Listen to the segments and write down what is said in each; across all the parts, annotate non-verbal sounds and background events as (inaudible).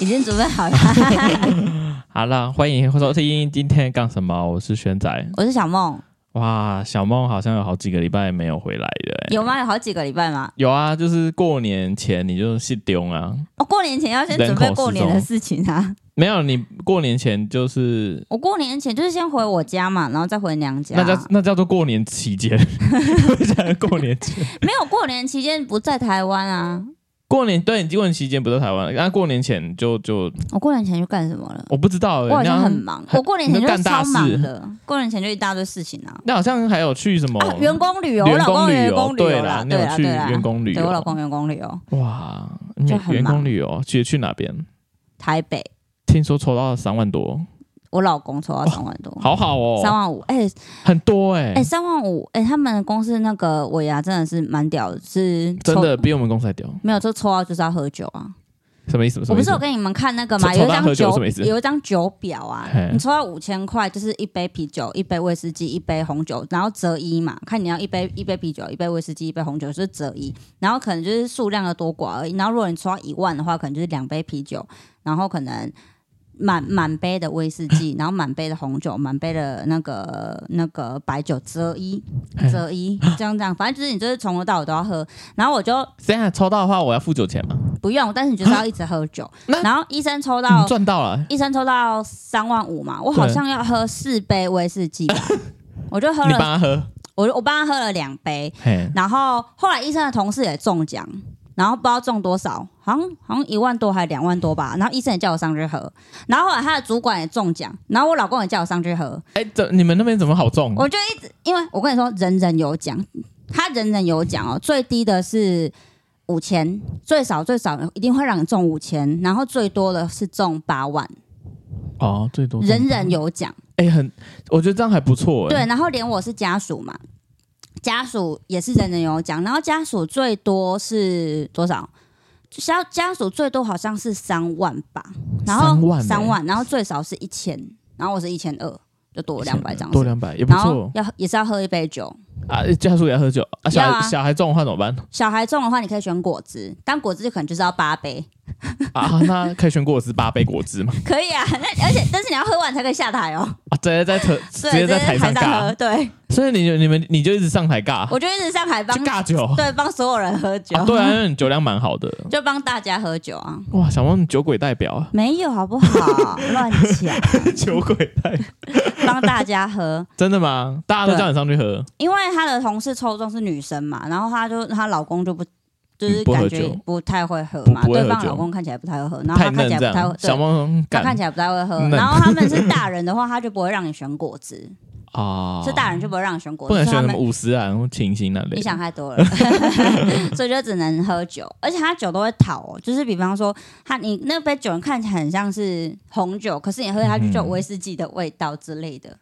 已经准备好了。 (laughs) 好了，欢迎收听今天干什么？我是轩仔。我是小梦，哇，小梦好像有好几个礼拜没有回来的、欸。有吗？有好几个礼拜吗？有啊，就是过年前你就是丢啊，我、哦过年前要先准备过年的事情啊。没有你过年前就是我过年前就是先回我家嘛，然后再回娘家。那叫那叫做过年期间， (laughs) 不是过年前。没有过年期间不在台湾啊。过年对，你过年期间不在台湾，那过年前就就我过年前去干什么了？我不知道、欸，我好像那很忙，我过年前就是超忙的，过年前就一大堆事情啊。那好像还有去什么、啊，员工旅游，我哦员老公工旅员工游，旅游对啦，你对有啦，去对啦，啊员工旅游，对我老公员工旅游，哇，就你很员工忙旅游去去哪边？台北，听说抽到了三万多，我老公抽到三万多，好好哦，三万五，哎很多哎、哎，三万五，哎，他们公司那个尾牙真的是蛮屌的，是真抽的比我们公司还屌，没有，就抽到就是要喝酒啊。什么意思？什么我不意是思有给你们看那个嘛，抽有一抽到张喝酒酒什么意思有一张酒表啊嘿，你抽到五千块就是一杯啤酒、一杯威士忌、一杯红酒，然后折一嘛，看你要一杯一杯啤酒、一杯威士忌、一杯红酒就是折一，然后可能就是数量的多寡而已。然后如果你抽到一万的话，可能就是两杯啤酒，然后可能。满满杯的威士 (laughs) 忌，然后满杯的红酒，满杯的那个那个白酒，折一折一，这样这样，反正就是你就是从头到尾都要喝。然后我就这样抽到的话，我要付酒钱吗？不用，但是你就是要一直喝酒。那嗯然后医生抽到你赚到了，医生抽到三万五嘛，我好像要喝四杯威士忌 (laughs) 吧，我就喝你帮了，他喝，我我帮他喝了两杯，嘿，然后后来医生的同事也中奖，然后不知道中多少，好像好像一万多还是两万多吧，然后医生也叫我上去喝，然后后来他的主管也中奖，然后我老公也叫我上去喝，哎、怎你们那边怎么好中？我就一直，因为我跟你说，人人有奖，他人人有奖哦，最低的是五千，最少最少一定会让你中五千，然后最多的是中八万，哦，最多中人人有奖。哎、很，我觉得这样还不错哎、对，然后连我是家属嘛，家属也是人人有奖，然后家属最多是多少？家家属最多好像是三万吧，然后三万欸三万然后最少是一千，然后我是一千二，就多两百张多纸，两百也不然后错要也是要喝一杯酒。啊。家属也要喝酒啊，小孩、要啊小孩中的话怎么办小孩中的话，你可以选果汁，但果汁可能就是要八杯，啊？ (laughs) 那可以选果汁八杯果汁吗？可以啊。那而且但是你要喝完才可以下台哦，啊，直接在台直对，接在台台上上喝。尬，对，所以你就你们你就一直上台尬，我就一直上台帮去尬酒。对帮所有人喝酒，啊，对啊，因为你酒量蛮好的。 (laughs) 就帮大家喝酒啊。哇，小梦你酒鬼代表啊，没有好不好？ (laughs) 乱 (laughs) 讲，酒鬼代表，帮大家喝。真的吗？大家都叫你上去喝，因为她的同事抽中是女生嘛，然后她就她老公就不就是嗯不喝感觉酒不太会喝嘛，不不会对喝方酒老公看起来不太会喝，然后太她看嫩起来这不太会样。小对。梦她干看起来不太会喝，嫩然后他们是大人的话，他就不会让你选果 (laughs) 汁，啊，是大人就不会让你选果不汁，能所以选他什么们五十啊或清新那类。你想太多了， (laughs) 所以就只能喝酒，而且他酒都会讨哦，就是比方说他你那杯酒看起来很像是红酒，可是你喝下去就有嗯威士忌的味道之类的，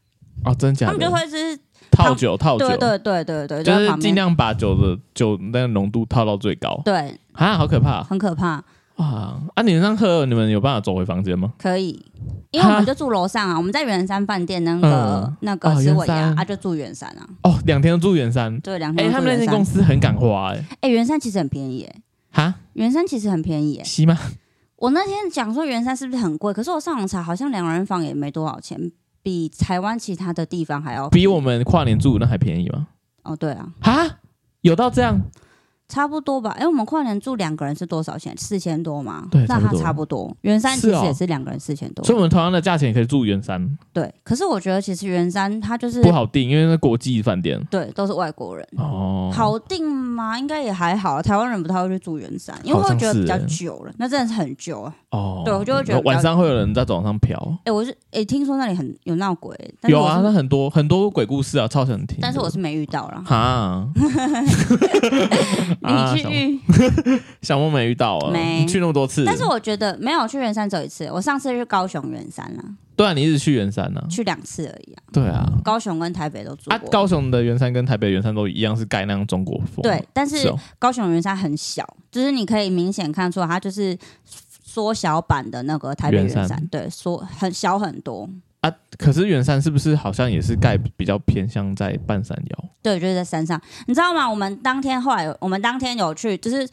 啊，真假他们就的？会是套酒套酒，对对对对对，就在是旁边尽量把酒的酒那个浓度套到最高对，啊，好可怕很可怕。哇！啊，你们这样喝，你们有办法走回房间吗？可以，因为我哈们就住楼上啊，我们在圆山饭店那个、嗯那个哦石圆尾牙山啊，就住圆山啊，哦，两天都住圆山，对，两天哎，都他住们那间圆山公。司很敢花哎，哎，圆山其实很便宜耶，哈，圆山其实很便宜耶。西吗？我那天讲说圆山是不是很贵？可是我上网查，好像两人房也没多少钱，比台湾其他的地方还要比我们跨年住那还便宜吗？哦，对啊，哈，有到这样？差不多吧。哎，我们跨年住两个人是多少钱？四千多嘛？对差那不它多差不多。圆山其是实哦也是两个人四千多，所以我们同样的价钱也可以住圆山，对。可是我觉得其实圆山它就是嗯不好订，因为那国际饭店对，都是外国人。哦。好定吗？应该也还好，啊台湾人不太会去住圆山，因为好会像觉得比是较欸久了，那真的是很久啊。哦，对我就会觉得比较晚上会有人在走廊上飘。哎、我是哎、听说那里很有闹鬼、但是有我是啊，那很多很多鬼故事啊，超想听的。但是我是没遇到啦。哈，啊你去遇，小梦没遇到啊，没你去那么多次，但是我觉得没有去圆山走一次，我上次去高雄圆山啦，对啊，你一直去圆山呢、啊，去两次而已啊。对啊，高雄跟台北都住啊，过，高雄的圆山跟台北的圆山都一样是盖那样中国风，对，，但是是哦，高雄圆山很小，就是你可以明显看出来它就是缩小版的那个台北圆圆山，山对，缩很小很多，啊，可是圆山是不是好像也是盖比较偏向在半山腰？对，就是在山上，你知道吗？我们当天后来有，我们当天有去，就是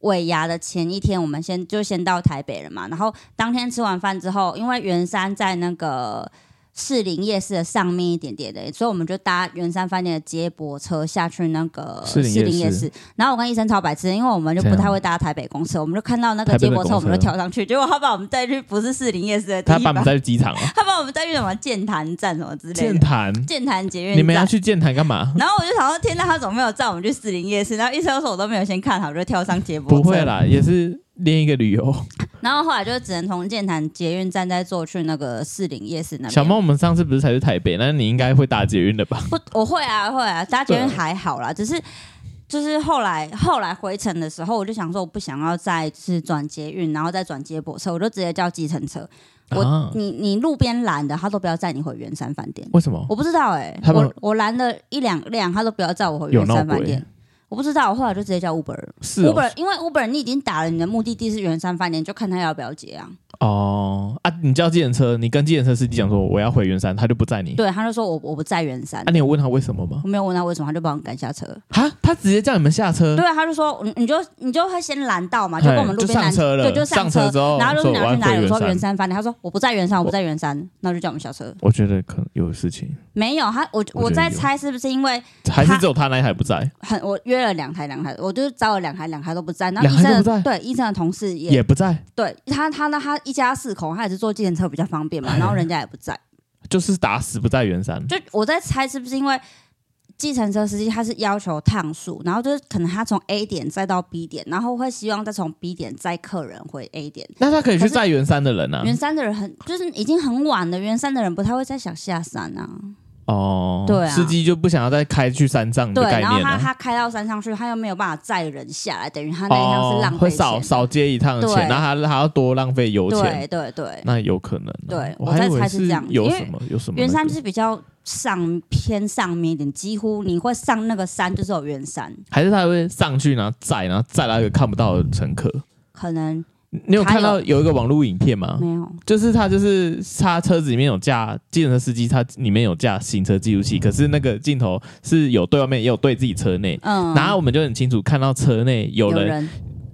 尾牙的前一天，我们先就先到台北了嘛。然后当天吃完饭之后，因为圆山在那个士林夜市的上面一点点的，所以我们就搭圆山饭店的接驳车下去那个士林夜市夜市。然后我跟医生超白痴，因为我们就不这太样会搭台北公车，我们就看到那台个北接的驳车，公我们就车跳上去，结果他把我们带去不是士林夜市的地他方，把我们带去机场啊了。他把我们带去什么剑潭站什么之类健的，谈，剑潭捷运站。你们要去健谈干嘛？ (laughs) 然后我就想说，天呐，他怎么没有载我们去士林夜市？然后医生说我都没有先看好，我就跳上接驳车。不会啦，也是另一个旅游。然后后来就只能从剑潭捷运站再坐去那个士林夜市那边。小猫，我们上次不是才去台北？那你应该会搭捷运的 (laughs) 吧？不，我会啊，会啊，搭捷运还好啦，只是。就是后来后来回程的时候，我就想说，我不想要再是转捷运，然后再转接驳车，我就直接叫计程车。我、啊你你路边拦的，他都不要载你回圆山饭店。为什么？我不知道哎、他们我我拦了一两辆，他都不要载我回有圆闹山饭鬼店。我不知道，我后来就直接叫 Uber 了。是哦 Uber，因为 Uber 你已经打了你的目的地是圆山饭店，就看他要不要结啊。哦啊！你叫计程车，你跟计程车司机讲说我要回圆山，他就不载你。对，他就说我我不在圆山嗯啊，，你有问他为什么吗？我没有问他为什么，他就把我们赶下车。哈，他直接叫你们下车。对啊，他就说你你就你就会先拦到嘛，就跟我们嗯路边就上拦，车了对，就上上车之后然后就说你要我要去哪回里？我圆说山圆山饭店，他说我不在圆山，我不在圆山，那就叫我们下车。我觉得可能有事情，没有，他我我觉得我在有猜是不是因为还是只有他那一台不在，很我约了两台两台，我就是找了两台两台都不在，然后两医台生都不的在对医生的同事也也不在，对他他那他一家四口，他也是坐计程车比较方便嘛，哎然后人家也不在。就是打死不在圆山。就我在猜是不是因为计程车司机他是要求趟数，然后就是可能他从 A 点再到 B 点，然后会希望再从 B 点载客人回 A 点。那他可以可去是载圆山的人啊。圆山的人很就是已经很晚了，圆山的人不太会再想下山啊。嗯哦，对啊司机就不想要再开去山上的对，概然后念他啊。他开到山上去，他又没有办法载人下来，等于他那一趟是哦浪，会费少钱。少接一趟的钱，对然后还还要多浪费油钱对，对对，那有可能啊。对我我还在以为猜是这样子有因为什么有什么那圆个山就是比较上偏上面一点，几乎你会上那个山就是有圆山，还是他会上去，然后载，然后载到一个看不到的乘客。可能你有他看有到有一个网络影片吗？没有。就是他就是他车子里面有架，计程车司机他里面有架行车记录器，可是那个镜头是有对外面，也有对自己车内。嗯，然后我们就很清楚看到车内有人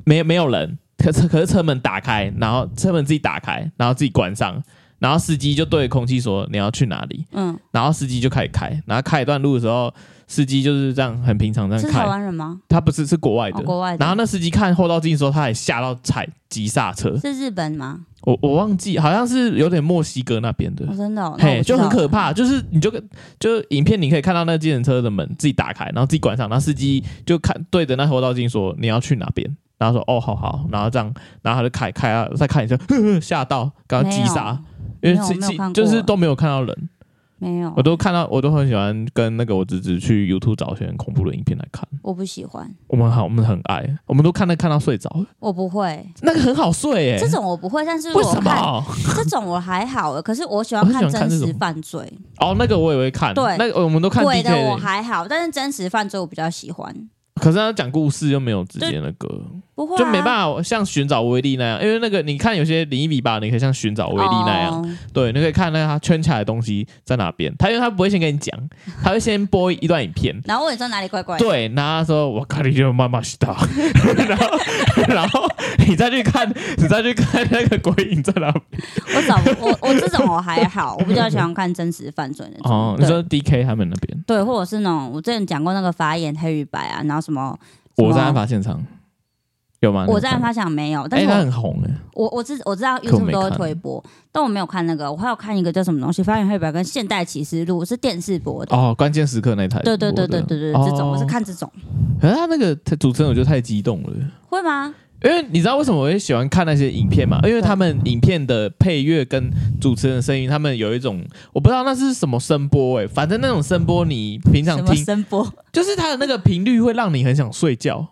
没没有人，可是可是车门打开，然后车门自己打开，然后自己关上，然后司机就对空气说你要去哪里，嗯，然后司机就开始开，然后开一段路的时候，司机就是这样很平常这是样台开，湾人吗？他不是是国外的，哦，国外的。然后那司机看后照镜的时候，他还吓到踩急刹车，是日本吗？我我忘记好像是有点墨西哥那边的我、，真的、哦，那我嘿，不知就道很可。怕，就是你就跟就影片你可以看到那计程车的门自己打开，然后自己关上，然后司机就看对着那后照镜说你要去哪边，然后说哦好好，然后这样，然后他就开开啊，再看一下， (laughs) 呵呵吓到，刚刚急刹，因没为有没有司没有机看过哦就是都没有看到人，没有，我我都看到我都很喜欢跟那个我侄子去 YouTube 找一些很恐怖的影片来看，不喜欢，我们好我们很爱，我们都看那看到睡着了，我不会，那个很好睡哎、这种我不会，但是为我什看么？这种我 (laughs) 还好，可是我喜欢我很喜看欢看真这种实犯罪，哦，那个我也会看，对那个我们都看鬼 D K 的我还好，但是真实犯罪我比较喜欢，可是他讲故事又没有直接那个，不会、啊、就没办法像寻找威力那样，因为那个你看有些灵异笔吧，你可以像寻找威力那样，哦对，你可以看那个他圈起来的东西在哪边。他因为他不会先跟你讲，他会先播一段影片，然后我也知道哪里怪怪的，对，然后他说我看你就慢慢知道， (laughs) 然后然后你再去看， (laughs) 你再去看那个鬼影在哪边。我找我我这种我还 (laughs) 好，我比较喜欢看真实犯罪那种。哦，你对说 D K 他们那边，对，或者是那种我之前讲过那个法眼黑与白啊，然后什么我在什么案发现场有吗？我在案发，发想没有，但哎，是我、他很红哎，我我知我知道可我没 YouTube 都会看推播，但我没有看那个，我还有看一个叫什么东西《发现黑白》跟《现代启示录》是电视播的。哦，关键时刻那一台播对的，对对对对对，这种我是哦看这种，可是他那个他主持人我觉得太激动了，会吗？因为你知道为什么我会喜欢看那些影片吗？因为他们影片的配乐跟主持人的声音，他们有一种我不知道那是什么声波哎、反正那种声波你平什常么听，声波？就是它的那个频率会让你很想睡 (laughs) 觉。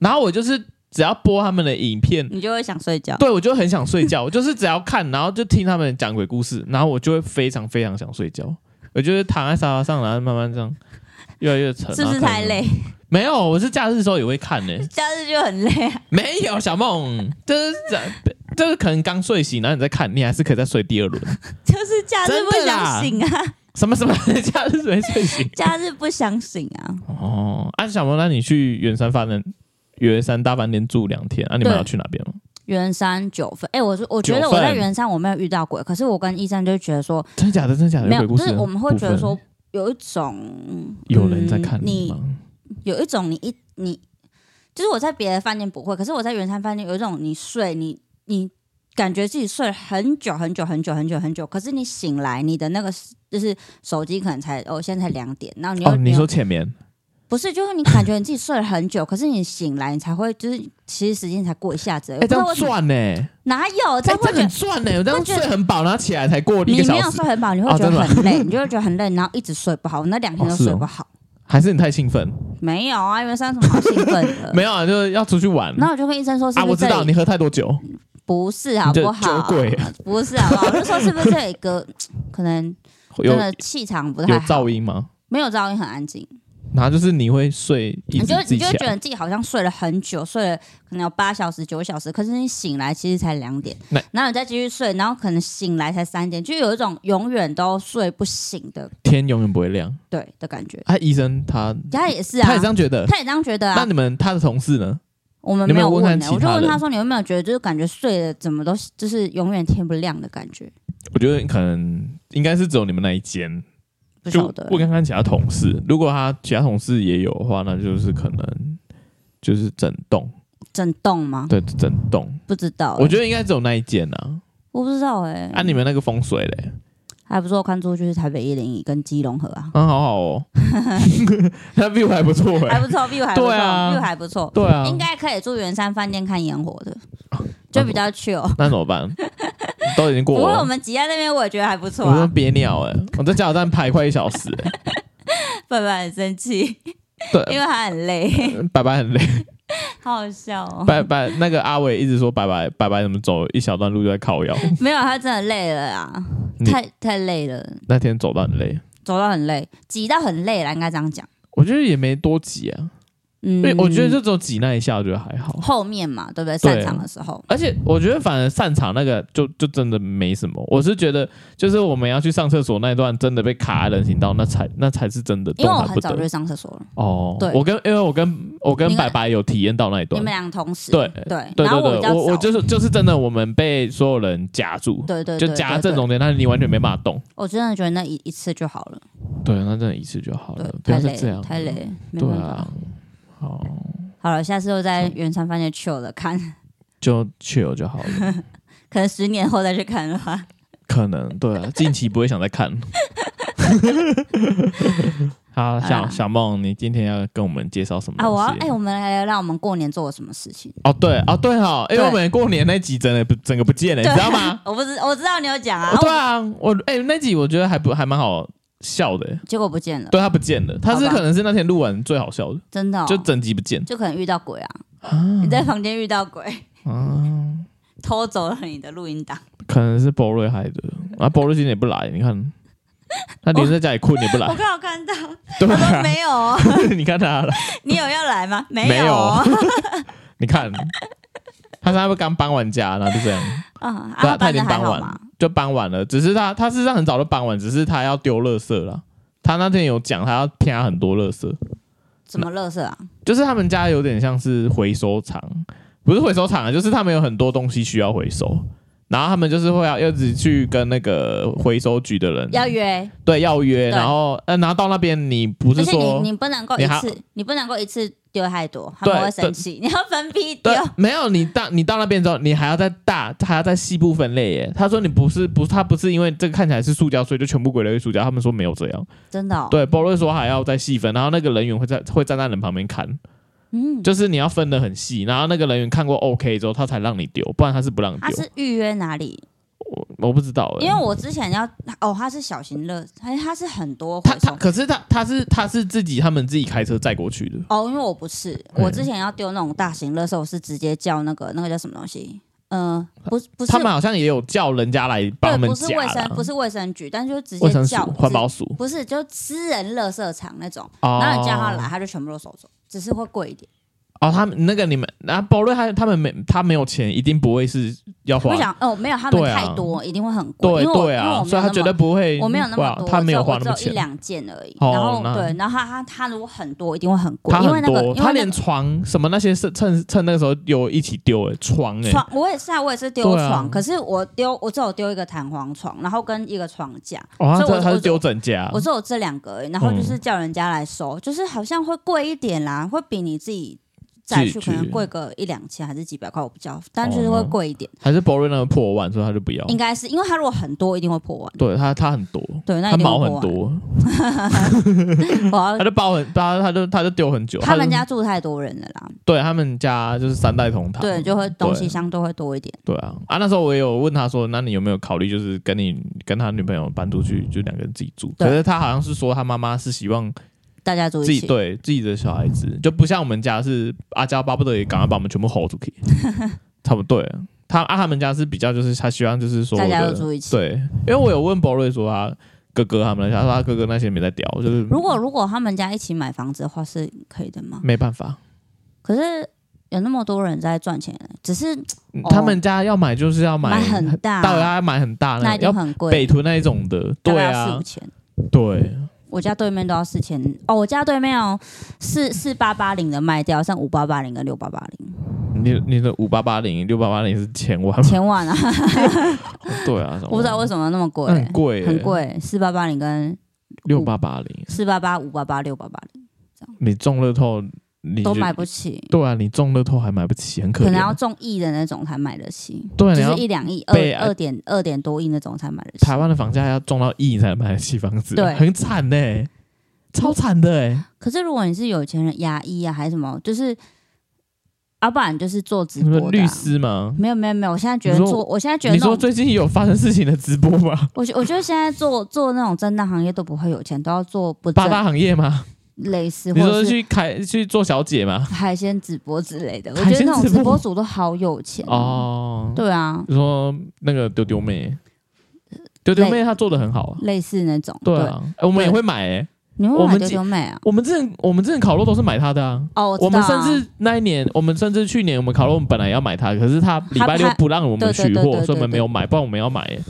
然后我就是只要播他们的影片，你就会想睡觉。对我就很想睡觉，我就是只要看，然后就听他们讲鬼故事，然后我就会非常非常想睡觉。我就是躺在沙发上，然后慢慢这样越来越沉，是不是然后看啊太累？？ (laughs) 没有，我是假日的时候也会看欸呢、假日就很累啊。没有小梦，就是就是可能刚睡醒，然后你再看，你还是可以再睡第二轮。就是假日真不的啦想醒啊，什么什 (laughs) 么假日没睡醒？哦假日不想醒啊。哦，啊，小梦，那你去远山发呢？圆山大饭店住两天啊，你们对要去哪边嗯吗？圆山九份，哎、我是我觉得九我份在圆山我没有遇到鬼，可是我跟医生就觉得说，真的假的？真的假的？没鬼有，故就事是的我们会觉得部说有一种分有人在看嗯你你吗？有一种你一你，就是我在别的饭店不会，可是我在圆山饭店有一种你睡你你感觉自己睡了很久很久很久很久很久，可是你醒来你的那个就是手机可能才哦现在才两点，然后你又、哦，你又说前面不是，就是你感觉你自己睡了很久，可是你醒来你才会就是其实时间才过一下子而已，哎，这呃不知道样为赚什么呢？哎，哪有这样这会觉得很赚呢！我这样会觉得睡很饱，然后起来才过一个你没小有时睡，很饱，你会哦觉真得的很累，你就会觉得很累，然后一直睡不好，我那两天哦都是哦睡不好。还是你太兴奋？没有啊，因为三什么好兴奋 (laughs) 的？没有，啊，就是要出去玩呃然后我就跟医生说，是啊！不我是知这道里你喝太多酒，不是好你这不好？酒鬼 (laughs) 不是好不好？我就说是不是这里 (laughs) 隔可能有真的气场不有太好，噪音吗？没有噪音，很安静。然后就是你会睡，一你直就自己你就会起觉来得，自己好像睡了很久，睡了可能有八小时、九小时，可是你醒来其实才两点那，然后你再继续睡，然后可能醒来才三点，就有一种永远都睡不醒的天永远不会亮。对的感觉。啊，医生他他也是啊，他也这样觉得。他也这样觉得啊。那你们他的同事呢？我们你没有有没有问问呢、看其我就他问人他说：“你有没有觉得就是感觉睡的怎么都是就是永远天不亮的感觉我觉得可能应该是只有你们那一间，？”不就晓得我，看看其他同事，如果他其他同事也有的话，那就是可能就是整栋，震动吗？对，整栋。不知道欸、我觉得应该只有那一间啊。我不知道哎、啊，你们那个风水嘞，还不错，看出去是台北一零一跟基隆河啊，啊，好好 (laughs) 哦，那 view 还不错还哎。不错，view 还不错对啊，view 还不错，对啊，应该可以住圆山饭店看烟火的，就比较 chill。那怎么办？都已经不过过我了，们吉安那边我也觉得还不错我啊，憋尿哎，我在加油站排快一小时哎。爸爸很生气，因对，为他很累， (laughs) 拜拜很累，好好笑哦。拜拜那个阿伟一直说拜拜拜拜，怎么走一小段路就在靠腰，没有，他真的累了啊，你太太累了，那天走到很累。走到很累，挤到很累了，应该这样讲。我觉得也没多挤啊，嗯因为我觉得就只有挤那一下，我觉得还好。后面嘛，对不对？对散场的时候，而且我觉得反而散场那个就就真的没什么，我是觉得就是我们要去上厕所那一段真的被卡在人行道，那才那才是真的动因为我弹很不早就得去上厕所了，哦。对我跟因为我跟我跟你看白白有体验到那一你段们，俩同时，对对，对然后对我比对，较我我早，就是就是真的我们被所有人夹住，对对，就对夹对正中间，但是你完全没办法动。我真的觉得那一一次就好了，对，那真的一次就好对了，，不太要再累哦这了，样，太累，了，没对办啊法。，好，好了，下次又在原山饭店 chill 了看， (laughs) 就 chill 就好了。可能十年后再去看的嗯话，可能对啊，近期不会想再 (laughs) 看。好，好小啦小梦，你今天要跟我们介绍什么啊，我要东西哎，我们来让我们过年做了什么事情？哦，对，哦，对哈，因为对我们过年那集真的不整个不见了，你对知道 (laughs) 吗？我不知我知道你有讲啊哦，对啊，我哎那集我觉得还不还蛮好笑的，欸结果不见了，对，它不见了，它是好吧可能是那天录完最好笑的，真的哦，就整集不见就可能遇到鬼啊，你在房间遇到鬼， (laughs) 啊，偷走了你的录音档，可能是波瑞害的，啊，波瑞今天也不来，你看。他连在家里困也不我来，刚好看到，我哎 (laughs) 对说啊，没有哦， (laughs) (laughs) 你看他了，你有要来吗？没没有有哦。 (laughs) 你看，他现在不刚搬完家，然后就这样，啊，对啊阿他班已的经还搬好完吗？就搬完了，只是他他事实上很早就搬完，只是他要丢垃圾了。他那天有讲，他要添很多垃圾，什么乐色啊？就是他们家有点像是回收厂，不是回收厂啊，就是他们有很多东西需要回收，然后他们就是会要一直去跟那个回收局的人要约，对要约，对然后呃，拿到那边你不而是且说你你不能够你一还次，你不能够一次丢太多，他对们会生气。 (laughs) 你要分批丢对，，没有你到你到那边之后，你还要再大，还要再细部分类耶。他说你不是不，他不是因为这个看起来是塑胶，所以就全部归类为塑胶。他们说没有这样。真的哦。对，波瑞说还要再细分，然后那个人员会在会站在人旁边看，嗯，就是你要分的很细，然后那个人员看过 OK 之后，他才让你丢，不然他是不让你他丢。是预约哪里？我我不知道欸耶，因为我之前要哦，他是小型乐，他他是很多回他他收可是他他是他是自己他们自己开车载过去的。哦，因为我不是，我之前要丢那种大型乐色，我是直接叫那个那个叫什么东西？嗯，不是不是他们好像也有叫人家来帮他对，们不是夹卫生啦不是卫生局，但就直卫接生署叫环保署，哦不是就私人乐色场那种，然然后你叫他来，他就全部都收走，只是会贵一点。哦，他们那个你们啊，保瑞他他们没他没有钱，一定不会是要花我。想哦，没有他们对啊太多，一定会很贵，对因为我对因为啊，我所以他没绝有对那么不会我没有那么哇多，他没有我只花那么只有一钱。两件而已。哦然后那对，然后他他他如果很多，一定会很贵，他因为很那个多，因为他那连个床什么那些是趁趁那个时候有一起丢了床哎、床，我也是啊，我也是丢对啊床，可是我丢我只有丢一个弹簧床，然后跟一个床架，哦，他所以我这他我是丢整家，我只有这两个而已，然后嗯就是叫人家来收，就是好像会贵一点啦，会比你自己再去自己哦可能贵个一两千还是几百块，我不知道，但就是会贵一点，还是博瑞那个破万，所以他就不要。应该是因为他如果很多，一定会破万。对他他很多，对，那一他定会毛破很万。多，我 (laughs) 要他就包很包，他就他就丢很久。他们就家住太多人了啦，对他们家就是三代同堂，对，就会东西对相对会多一点。对啊啊！那时候我也有问他说，那你有没有考虑就是跟你跟他女朋友搬出去，就两个人自己住？嗯对可是他好像是说他妈妈是希望大家住自一己起，对自己的小孩子，就不像我们家是阿娇巴不得也赶快把我们全部吼出 (laughs) 去，差不多对。他啊，他们家是比较就是他希望就是说大家都的住一起。对，因为我有问博瑞说他哥哥他们那些，他说他哥哥那些没在屌，就是如果如果他们家一起买房子的话是可以的吗？没办法，可是有那么多人在赚钱，只是哦他们家要买就是要买买很大到底要买很大那那一要定很北贵，屯那一种的，大对概要四啊五，千。对。我家对面都要四千哦，我家对面哦四四八八零的卖掉，剩五八八零跟六八八 (laughs) 零，你你的五八八零六八八零是千万吗？千万啊！对啊，我不知道为什么那么贵、那很嗯贵耶，很贵，四八八零跟六八八零，四八八五八八六八八零你中乐透你都就买不起，对啊，你中乐透还买不起，很可可怜。能要中亿的那种才买得起，对啊，就你是要啊一两亿、被二二点二点多亿那种才买得起。台湾的房价要中到亿才买得起房子，对很惨呢、超惨的哎、可是如果你是有钱人，牙医啊还是什么，就是，要、不然就是做直你播的说啊、律师吗？没有没有没有，我现在觉你得说做，我现在觉得你那说种最近有发生事情的直播吗？我觉我觉得现在做做那种正当行业都不会有钱，都要做不八正大行业吗？类似，你或说者是去开去做小姐吗？海鲜直播之类 (laughs) 的。我海觉得鲜那种直播直播主都好有钱哦。哦，对啊，你说那个丢丢妹，呃丢丢妹她做的很好啊。类似那种。对啊，哎我们也会买哎、你会我买们丢几丢妹啊？我们之前我们之前烤肉都是买它的啊。哦，我我知道们啊甚至那一年，我们甚至去年我们烤肉，我们本来要买它，可是他礼拜六他不让我们对对取对对货，对所以我们没有买，不然我们要买耶。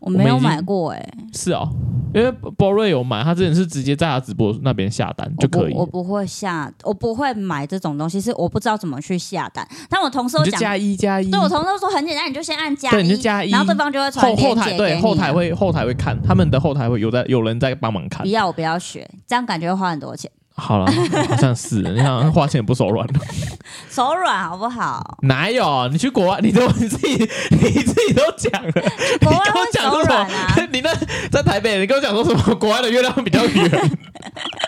我没有我们已经买过哎，是哦，因为博瑞有买，他之前是直接在他直播那边下单我就不可以，我不会下，我不会买这种东西，是我不知道怎么去下单。但我同事都你就讲，加一加一，对我同事都说很简单，你就先按加嗯对你就一，加一，然后对方就会传后后链台接给对你。啊后台会后台会看，他们的后台会有在有人在帮忙看不。要，我不要学，这样感觉会花很多钱，好了，好像是你好像花钱不手软，手软好不好？哪有？你去国外，你都你自己你自己都讲了，(laughs) 国你外跟我会讲手说软啊 (laughs) 什，么？ (laughs) 你那在台北，你跟我讲说什么？国外的月亮比较圆。 (laughs)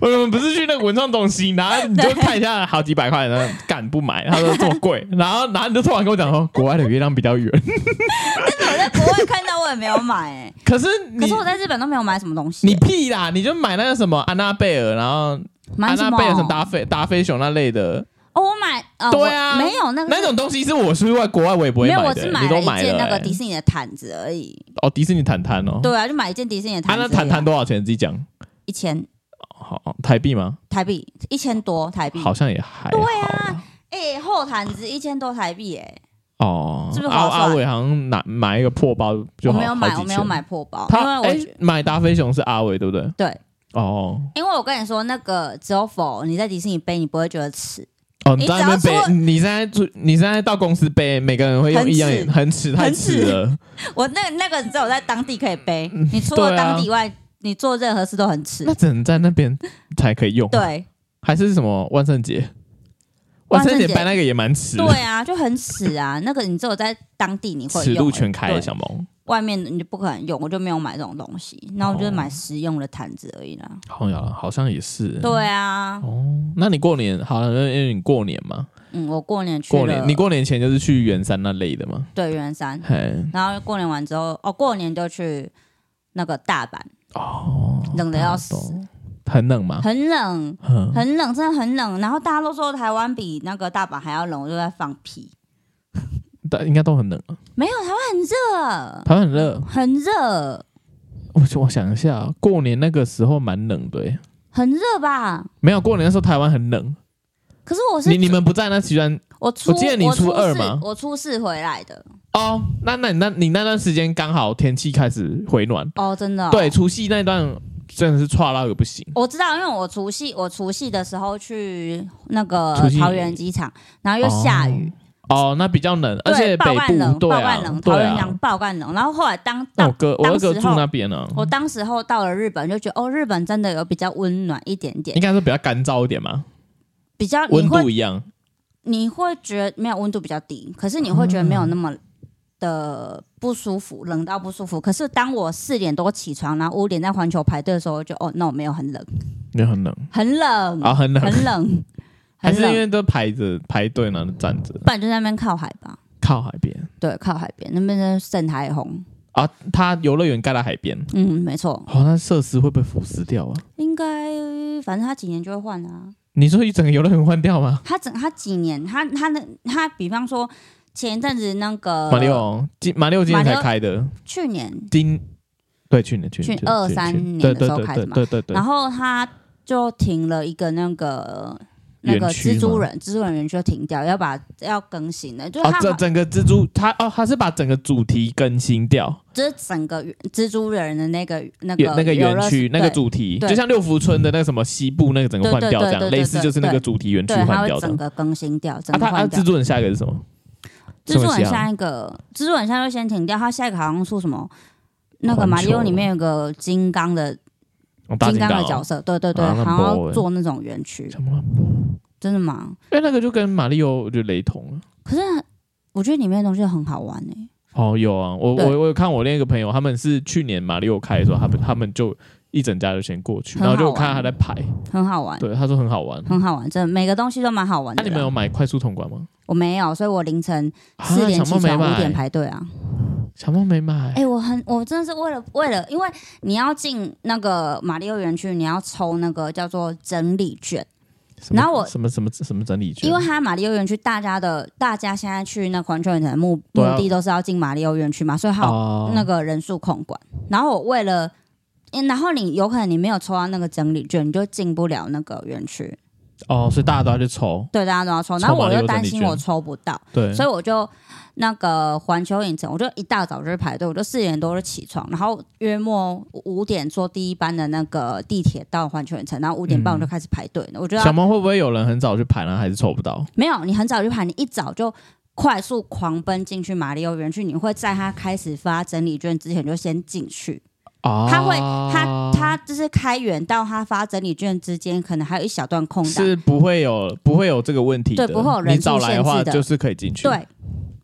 我们不是去那个文创中心，然后你就看一下好几百块，然后敢不买？他说这么 (laughs) 贵，然后然后你就突然跟我讲说国外的月亮比较圆，我在国外看到我也没有买、欸，可是 (laughs) 你可是我在日本都没有买什么东西、你屁啦，你就买那个什么安娜贝尔，然后买安什娜么？贝尔什么达菲达菲熊那类的哦，我买，呃、对啊我没有那个那种东西，是我是外国外我也不会没有，买我的是，你了都一买件了那个欸迪士尼的毯子而已。哦，迪士尼毯毯哦，对啊，就买一件迪士尼的啊，毯子而已啊、那毯毯多少钱？自己讲，一千好好台币吗？台币，一千多台币。好像也还嗯对好啊啦。哎、厚毯子一千多台币、欸，哦，是不是阿划算阿伟好像拿买一个破包就我好没有买，我没有。买好破包几，千因为他我觉哎，买达菲熊是阿伟对不对？对，哦因为我跟你说，那个只有否你在迪士尼背，你不会觉得耻，哦，你你在只要那边出背，你现在住，你现在到公司背，每个人会用很一样耻，很耻，太很耻耻了。 (laughs) 我那那个只有在当地可以 (laughs) 背，你除对了啊当地以外，你做任何事都很耻那。只能在那边才可以用，，对，还是什么万圣节？万万圣节圣节搬那个也蛮耻的，对啊，就很耻啊！那个你只有在当地你会尺用度而已，全开，对小萌，外面你就不可能用，我就没有买这种东西，然后我就是哦买实用的毯子而已啦。好像好像也是。对啊，哦，那你过年好了，因为你过年嘛，嗯，我过年去过了年你过年前就是去圆山那类的嘛，对圆山，嘿，然后过年完之后，哦，过年就去那个大阪，哦，冷得要死大家懂，很冷吗？很冷，嗯，很冷，真的很冷。然后大家都说台湾比那个大阪还要冷，我就在放屁，但应该都很冷啊。没有，台湾很热，台湾很热，很热，我我想一下，啊过年那个时候蛮冷的耶，欸很热吧？没有过年的时候台湾很冷，可是我是你你们不在那期间我初我记得你我初二四嘛我初四回来的哦，那那你那你那段时间刚好天气开始回暖，哦，真的、对，，除夕那段真的是差到也不行。我知道，因为我除夕我除夕的时候去那个除夕桃园机场，然后又下雨，哦，那比较冷，而对且爆北干冷，部对爆啊干冷，，桃对园啊哦凉。爆干冷。然后后来当那我当哥，我二哥当时住候那边啊呢，我当时候到了日本，就觉得哦，日本真的有比较温暖一点点应，该是比较干燥一点嘛，比较你温会度一样。你会觉得没有温度比较低，可是你会觉得没有那么的不舒服，冷到不舒服。可是当我四点多起床，然后五点在环球排队的时候，我就哦，no，没有很冷，也啊很冷很冷，啊，很冷，嗯很冷，还很是因冷。为都排着排队呢，站着不然就在那边靠海吧，靠海边对，靠海边那边是盛海红，啊。它游乐园盖在海边，嗯，没错，好、哦，那设施会不会腐蚀掉啊？应该反正他几年就会换啊。你说一整个游乐园换掉吗？他整他几年，他他那他比方说前一阵子那个马六今马六今年才开的，去年，今对去年去年去23去年对的对时候对开对的嘛对对对然后他就停了一个那个那个园区吗蜘蛛人，蜘蛛人园就停掉，要把要更新的，就是哦，他整整个蜘蛛它哦，它是把整个主题更新掉，就是整个蜘蛛人的那个那园个那个游园乐区那个主题，对就像六福村的那个什么西部那个整个换掉这对样，对对对对类似就是那个主题园区对，对他换会掉的整。个更新掉，整啊，个它啊，换掉蜘。蛛人下一个是什么？蜘蛛什么人戏啊下一个，蜘蛛人现在就先停掉，他下一个好像出什么？那个环球马里奥里面有个金刚的哦大金刚的哦角色，对对对，啊那好像不要欸做那种园区，怎么了？真的吗？因为那个就跟马里奥我觉得雷同了。可是我觉得里面的东西很好玩欸诶、哦，有啊，我对嗯我我有看我另一个朋友，他们是去年马里奥开的时候，他们他们就一整家就先过去，很然好后玩就看他在排，很好玩，对，他说很好玩。很好玩，真的每个东西都蛮好玩那、的啦。你们有买快速通关吗？我没有，所以我凌晨啊四点小起猫没欸床，五点买，排队啊。小猫没买。哎、我很，我真的是为了为了，因为你要进那个马里奥园区，你要抽那个叫做整理券，什么然后我什么什么什么整理券，因为它马里奥园区大家的大家现在去那个环球影城的目对目啊的都是要进马里奥园区嘛，所以好哦那个人数控管。然后我为了，诶然后你有可能你没有抽到那个整理券，你就进不了那个园区。哦，所以大家都要去抽，对，大家都要抽，抽然后我马里奥又担整理心券我抽不到，对，所以我就那个环球影城，我就一大早就去排队，我就四点多就起床，然后约莫五点坐第一班的那个地铁到环球影城，然后五点半我就开始排队了。我觉嗯小得猫会不会有人很早去排，然后还是抽不到？没有，你很早就排，你一早就。快速狂奔进去马里奥园区，你会在他开始发整理券之前就先进去。哦，他会，他他就是开园到他发整理券之间，可能还有一小段空档。是不会有不会有这个问题的，对不会有人你早来的话数限制的就是可以进去，对，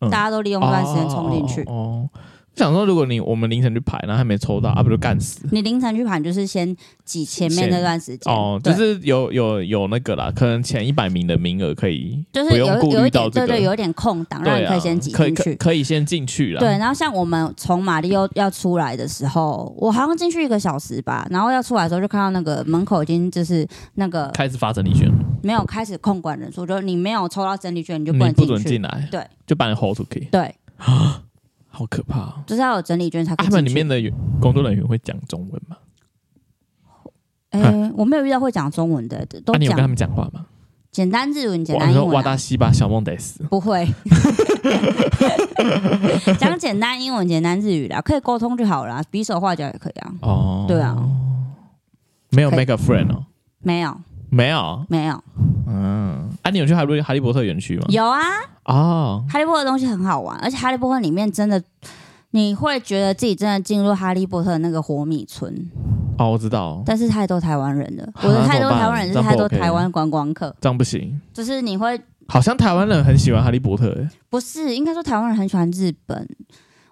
嗯大家都利用这段时间冲进去。哦哦哦哦我想说，如果你我们凌晨去排，然后还没抽到，啊，不就干死？你凌晨去盘就是先挤前面那段时间哦，就对是有有有那个啦，可能前一百名的名额可以，就是不有用顾有虑一到点这对个，对，有一点空档，让对你可啊，以先挤可以进可去。可以啊先进去啦。对，然后像我们从马里奥要出来的时候，我好像进去一个小时吧，然后要出来的时候就看到那个门口已经就是那个开始发整理券，没有开始控管人数，就是你没有抽到整理券你就你不能不进准去进。来，对，就把你 hold 出去，对，好可怕哦！就是要有整理券才啊可以他们进里面去。的工作人员会讲中文吗？哎，我没有遇到会讲中文的，都啊那你有跟他讲们讲话吗？简单日文、简哇单你英说文哇啊。大西吧，小梦得死。不会，讲简单英文、简单日语啦，可以沟通就好啦，比手画脚也可以啊。哦， (laughs) 对啊，没有可以 make a friend 哦，没有，没有。没有，嗯，啊，你有去哈利哈利波特园区吗？有啊。哦，哈利波特的东西很好玩，而且哈利波特里面真的，你会觉得自己真的进入哈利波特那个活米村，哦，我知道，但是太多台湾人了，啊我的太怎么多办台湾人这是样不太多 OK 台湾观光客，这样不行。就是你会好像台湾人很喜欢哈利波特、欸，不是应该说台湾人很喜欢日本，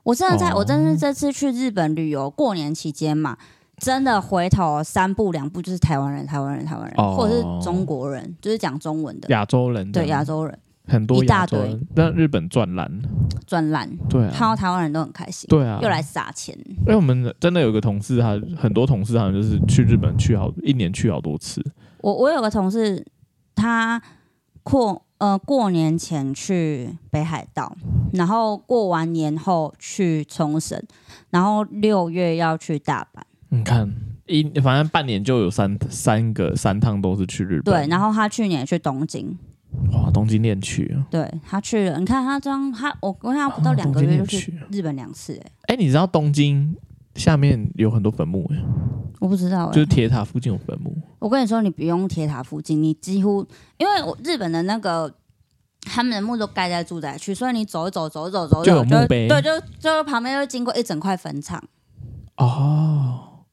我真的在、哦我真的是这次去日本旅游过年期间嘛。真的回头三步两步就是台湾人，台湾人，台湾人，哦或者是中国人，就是讲中文的，亚洲人这对样亚洲人很多一大亚洲人，但日本赚烂，赚烂，对看到啊，台湾人都很开心，对啊，又来撒钱，因为我们真的有个同事，他很多同事好像就是去日本去好一年去好多次，我我有个同事，他过呃过年前去北海道，然后过完年后去冲绳，然后六月要去大阪。你看一反正半年就有三三个三趟都是去日本，对，然后他去年也去东京，东京恋曲啊，对他去了，你看他这样，他我我看他不到两个哦东京月就恋去曲啊。日本两次、欸，哎、你知道东京下面有很多坟墓、哎，我不知道、欸，就是铁塔附近有坟墓。我跟你说，你不用铁塔附近，你几乎因为我日本的那个他们的墓都盖在住宅区，所以你走一走走一走走一就走有墓碑对，就就旁边就经过一整块坟场，哦，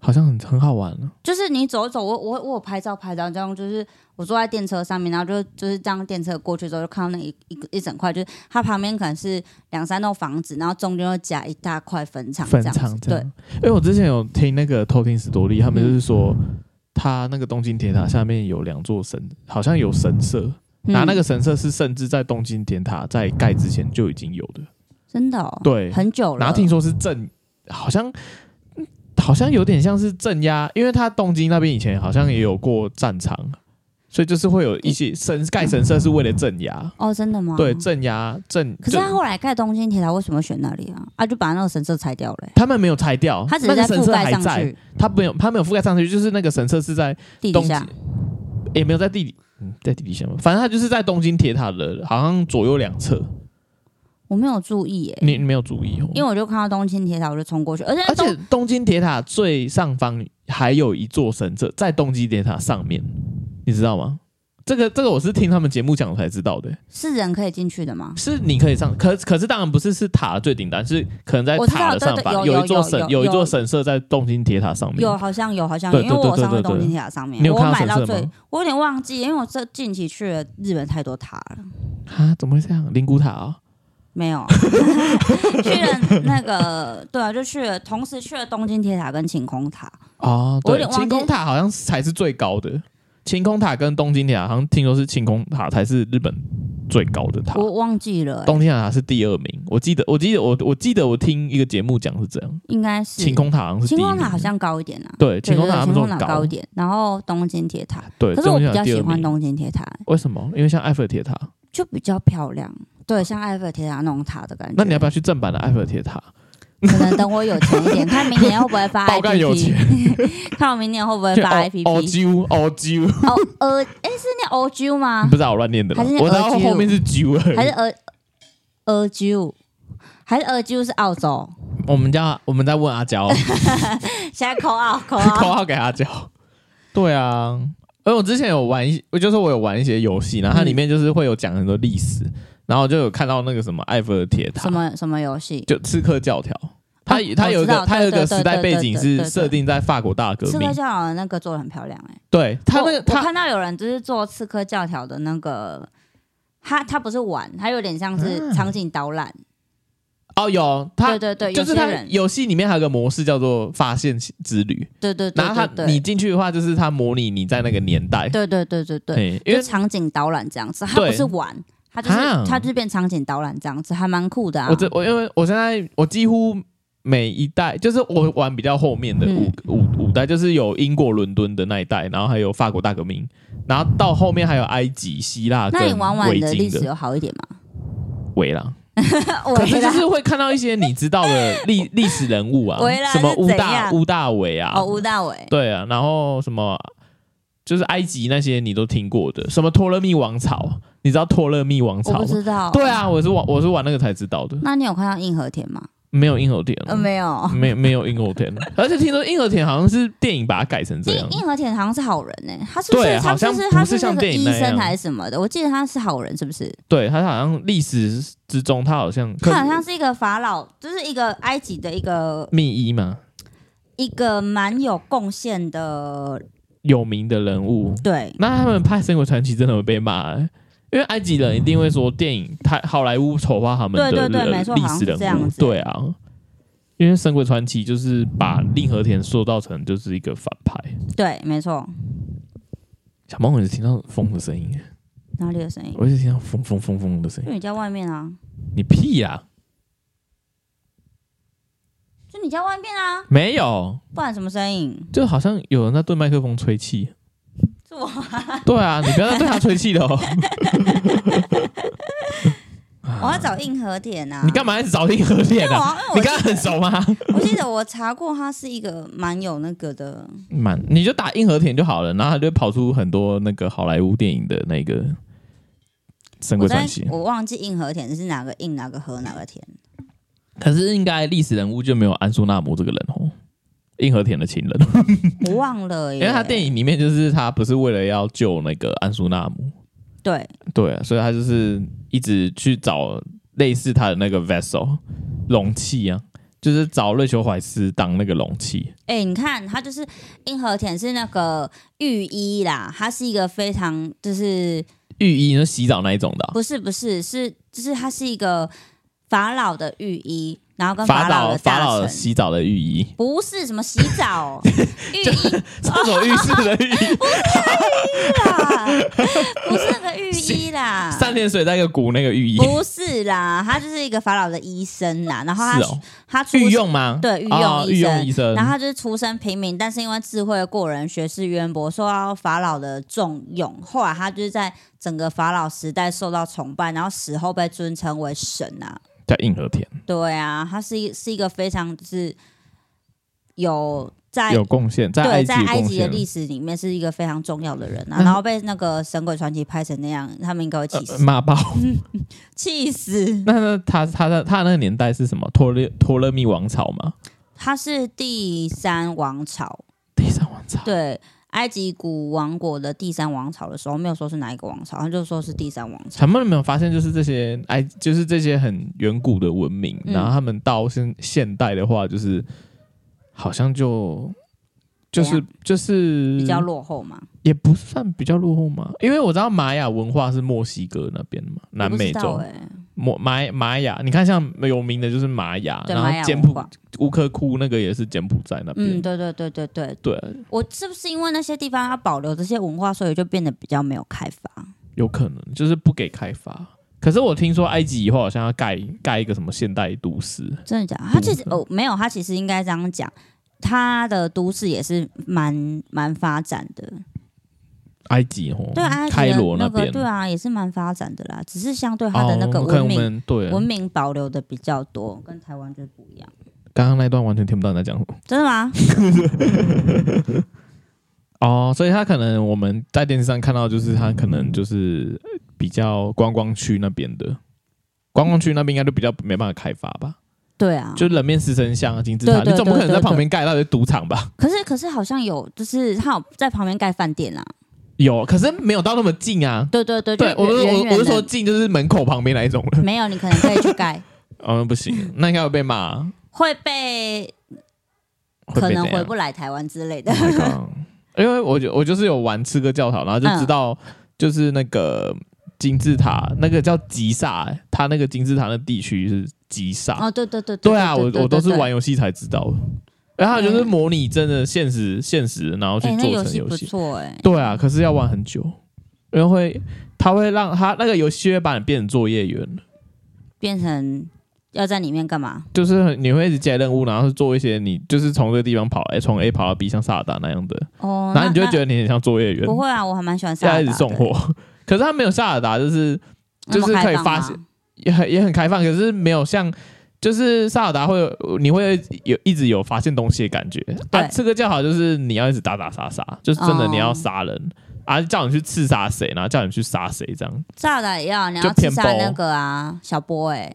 好像很很好玩啊。就是你走一走，我我我有拍照拍照，这样就是我坐在电车上面，然后就就是这样电车过去之后，就看到那一一个一整块，就是它旁边可能是两三栋房子，然后中间又夹一大块坟场，分这样子场这对嗯样。因为我之前有听那个偷听史多利，他们就是说，他那个东京铁塔下面有两座神，好像有神社。拿那、嗯个神社是甚至在东京铁塔在盖之前就已经有的，真的、哦、对很久了，然后听说是镇，好像嗯好像有点像是镇压，因为他东京那边以前好像也有过战场，所以就是会有一些神盖神社是为了镇压，哦，真的吗？对镇压镇。可是他镇后来盖东京铁塔，为什么选那里啊？啊，就把那个神社拆掉了欸、他们没有拆掉，他只哦那是个在神覆社盖还上在，去他没有他没有覆盖上去，就是那个神社是在地东底京下，也没有在地底，嗯，在地底下吗？反正他就是在东京铁塔的，好像左右两侧，我没有注意耶、你你没有注意哦。因为我就看到东京铁塔，我就冲过去，而且而东且东京铁塔最上方还有一座神社，在东京铁塔上面，你知道吗？这个这个我是听他们节目讲才知道的，是人可以进去的吗？是你可以上，可可是当然不是是塔的最顶端，是可能在我知道塔的上对方对有一座神有有有一座神社在东京铁塔上面。有，好像有，好像对有，对因为对我对上对过东对京铁塔上面你，有我看到买到神社最吗，我有点忘记，因为我这近期去了日本太多塔了，啊，怎么会这样？灵骨塔啊、(laughs) 没有 (laughs) 去了那个对啊，就去了，同时去了东京铁塔跟晴空塔，哦，我有对，点忘记晴空塔好像才是最高的。晴空塔跟东京铁塔，好像听说是晴空塔才是日本最高的塔，我忘记了欸、东京铁塔是第二名。我记得，我记得，我我记得我听一个节目讲是这样，应该是晴空塔好像是晴第一嗯空名，塔好像高一点啊，对，晴空塔他对们对说晴空塔高高一，点，然后东京铁塔，对，可是我比较东京喜铁塔欢第二名。东京铁塔，为什么？因为像埃菲尔铁塔，就比较漂亮。对，像埃菲尔铁塔那种塔的感觉。那你要不要去正版的埃菲尔铁塔？可能等我有钱一 (laughs) 点，看明年会不会发爆干有 IPP，看 (laughs) 我明年会不会就哦发 O IPP。 G U O G U，哦，呃，哎，是念 OG 吗不？知道我乱念的吗啊还是？我知道 OGU 后面是 G U，还是呃呃 g 还是呃 g 是澳洲？ (laughs) 我们家我们在问阿娇。现在扣澳 (laughs) 扣口澳。号给他叫。对啊，而我之前有玩一，我就是我有玩一些游戏，然嗯后它里面就是会有讲很多历史，然后就有看到那个什么埃菲尔铁塔什，么什么游戏？就刺客教条。它哦它有一我知个道它有一对个对时代背景对对对是对对设定在法国大革刺命客，教条的那个做的很漂亮哎、对它那我个我它看到有人就是做刺客教条的那个，他他不是玩，他有点像啊是场景导览。哦有它对对对，就有是些它人，游戏里面还有个模式叫做发现之旅，对对对然后它对对，你进去的话就是它模拟你在那个年代，对对对对对，对，因就为场景导览这样子，他不是玩，他就是啊他就是变场景导览这样子，还蛮酷的啊。我这我因为我现在我几乎每一代，就是我玩比较后面的五、嗯五五代，就是有英国伦敦的那一代，然后还有法国大革命，然后到后面还有埃及、希腊跟那你玩玩维的京历史哦的有好一点 (laughs) 吗？维啦。可我是就是会看到一些你知道的 (laughs) 历历史人物啊维拉，什么是乌怎大样乌大维啊，哦，吴大伟，对啊，然后什么就是埃及那些你都听过的，什么托勒密王朝，你知道托勒密王我朝不吗？知道。对，啊，我是玩我是玩那个才知道的，那你有看到硬和田吗？没有硬核点、呃，没有。没没有硬核田，而且听说硬核田好像是电影把它改成这硬样，硬和田好像是好人呢、他是不对是他好像不不是他是像那个电影医那样生还是什么的？我记得他是好人，是不是？对，它好像历史之中它好像他好像是一个法老，就是一个埃及的一个密伊嘛，一个蛮有贡献的，有名的人物。对，那他们拍《神鬼传奇》真的会被骂、欸，因为埃及人一定会说电影他好莱坞丑化他们的对对对人没错历好像史是这人物样，子对啊。因为《神鬼传奇》就是把令和田塑造成就是一个反派。对，没错。小猫，我只听到风的声音，哪里的声音？我一直听到风风风风的声音。因为你家外面啊，你屁啊呀、就你家外面啊，没有，不然什么声音？就好像有人在对麦克风吹气。是我对啊，你不要再对他吹气 (laughs) 了哦！啊我要找硬核点啊！你干嘛一直找硬核因点为我啊？要你因为刚刚很熟吗？我记得我记得我查过，它是一个蛮有那个的，蛮，你就打硬核田就好了，然后他就会跑出很多那个好莱坞电影的那个深我柜在传奇。我忘记硬和田是哪个硬哪个和哪个田，可是应该历史人物就没有安苏纳姆这个人哦，硬和田的情人，我忘了耶。嗯因为他电影影里面就是他不是为了要救那个安苏纳姆，对对、啊所以他就是一直去找类似他的那个 vessel 容器啊，就是找瑞秋怀斯当那个容器。哎、你看，他就是硬和田是那个御医啦，他是一个非常就是浴衣，你说洗澡那一种的啊、不是不是是就是他是一个法老的御医，然后跟法老老的法大老臣，洗澡的浴衣，不是什么洗澡御医厕所浴室的浴 (laughs) 衣， (laughs) 啦，啊不是那个御医啦，三点水在一个鼓那个浴衣，不是啦，他就是一个法老的医生啦，然后他、是哦，他出御用吗？对御哦用医生御用医生，然后他就是出身平民，但是因为智慧过人、学识渊博，受到法老的重用。后来他就是在整个法老时代受到崇拜，然后死后被尊称为神啊。叫硬和田，对啊，他是一是一个非常就是有在有贡献，在哎对埃及在有埃贡及的献。历史里面是一个非常重要的人啊。嗯然后被那个《神鬼传奇》拍成那样，他们应该会气呃死，骂爆！ (laughs) 气死！那那他他的他那个年代是什么？托勒托勒密王朝吗？他是第三王朝，第三王朝。对埃及古王国的第三王朝的时候，没有说是哪一个王朝，他就说是第三王朝。他们有没有发现，就是这些埃，就是这些很远古的文明，嗯然后他们到现现代的话，就是好像就就是怎就是啊比嗯较落后嘛，也不算比较落后嘛，因为我知道玛雅文化是墨西哥那边的嘛，南美我洲不知道，欸墨玛玛雅，你看像有名的就是玛雅，对啊然玛后雅柬文埔化，乌克库那个也是柬埔寨那边，嗯，对对对对对，对，我是不是因为那些地方它保留这些文化，所以就变得比较没有开发？有可能就是不给开发。可是我听说埃及以后好像要盖盖一个什么现代都市，真的假的？它其实不是哦，没有，它其实应该这样讲，它的都市也是蛮蛮发展的，埃及哦，对啊埃及开的罗那边个，对啊，也是蛮发展的啦，只是相对它的那个哦可能文我明、们对文明保留的比较多，跟台湾就是不一样。刚刚那段完全听不到你在讲什么真 (laughs) 的吗？哦，所以他可能我们在电视上看到，就是他可能就是比较观光区那边的，观光区那边应该就比较没办法开发吧，对啊，就冷面食神像啊、金字塔，对对你总不可能对在对旁边盖到一个赌场吧？ (laughs) 可是可是好像有，就是他有在旁边盖饭店啦。有，可是没有到那么近啊。对对对，对，就我是远我远我是的说近，就是门口旁边那一种 (laughs) 了。没有，你可能可以 (laughs) 去盖，嗯，不行，那应该会被骂，会被会可被能怎回样不来台湾之 (laughs) 类的。那个，，Oh 因为我就我就是有玩刺客教条，然后就嗯知道就是那个金字塔，那个叫吉萨、欸，它那个金字塔的地区是吉萨。哦，对对对对啊，我我都是。对对对玩游戏才知道的。然后它就是嗯模拟真的现实现实，然后去哎，那做游成戏不游戏。错哎，对啊，可是要玩很久，因为会它会让它那个游戏会把你变成作业员，变成要在里面干嘛？就是很你会一直接任务，然后做一些你就是从这个地方跑，哎，从 A 跑到 B，像萨尔达那样的，哦，然后你就会那觉得你很像作业员那，不会啊，我还蛮喜欢萨现尔达在的。一直送货。 (laughs) 可是它没有萨尔达，就是那就么是可以开放发啊吗现也很也很开放，可是没有像就是萨尔达会有你会有一直有发现东西的感觉。啊，对这个叫好就是你要一直打打杀杀，就是真的哦你要杀人、啊，叫你去刺杀谁，然后叫你去杀谁这样。萨尔达也要，你就要吃骗下包那个啊，小波哎，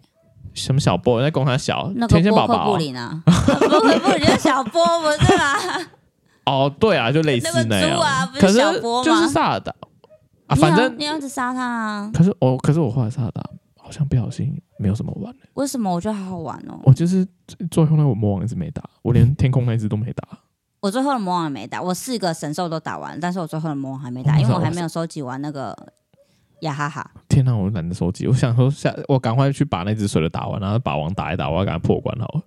什么小波在攻他小那个天线宝波克布宝林啊，波克布林就是小波不是吗？哦，对啊，就类似那个样。猪啊不是可是小波吗就是萨尔达 (laughs) 啊，你要反正你要一直杀他啊？可是我、可是我后来萨尔达好像不小心没有什么玩。为什么我觉得好好玩哦？我就是最最后那个魔王一直没打，我连天空那一只都没打。我最后的魔王也没打，我四个神兽都打完，但是我最后的魔王还没打，哦因为我那还没有收集完那个雅哈哈。天哪、我懒得收集，我想说下我赶快去把那只水的打完，然后把王打一打，我要赶快破关好了。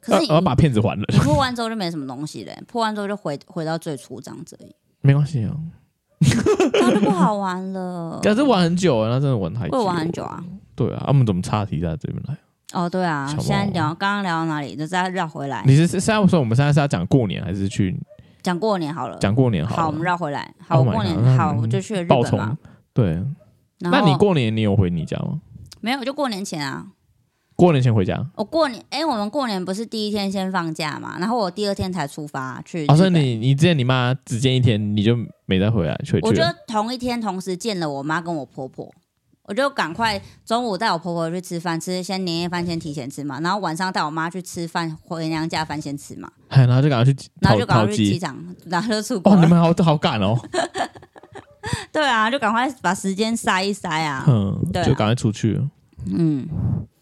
可是呃我要把你骗子还了，你破完之后就没什么东西嘞，破完之后就回回到最初这样子而已，没关哦系啊。这样就不好玩 (laughs) 了。可是玩很久啊，那真的玩太久。会玩很久。啊？对啊，啊我们怎么岔题在这边来？哦，对啊，小魔王现在聊刚刚聊到哪里？就再绕回来你是是现在说我们现在是要讲过年，还是去讲过年好了。讲过年好了？呃好，我们绕回来。好， Oh 我 my 过 God，那年好，你我就去了日报本仇嘛。。对，然后那你过年你有回你家吗？没有？就过年前啊。过年前回家，我过年，哎、我们过年不是第一天先放假嘛，然后我第二天才出发去日好哦本。像、所以你你之前你妈只见一天，你就没再回来，去去我就了同一天同时见了我妈跟我婆婆，我就赶快中午带我婆婆去吃饭，吃先年夜饭先提前吃嘛，然后晚上带我妈去吃饭，回娘家饭 (laughs) 先吃嘛，哎，然后就赶快去然淘后就赶淘快去机机。场，然后就出国哦，你了。们好好赶哦， (laughs) 对啊，就赶快把时间塞一塞啊。嗯，对啊就赶快出去了。嗯，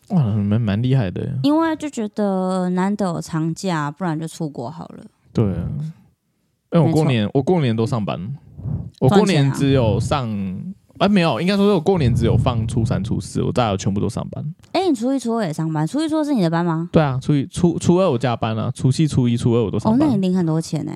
哇，你们蛮厉害的耶。因为就觉得难得有长假，不然就出国好了。对啊，因为我没过错年我过年都上班，我过赚钱年啊只有上哎、没有，应该说是我过年只有放初三初四，我大家全部都上班。哎、你初一初二也上班，初一初二是你的班吗？对啊，初一初初二我加班啊，除夕初一初二我都哦上，那班。你领很多钱呢、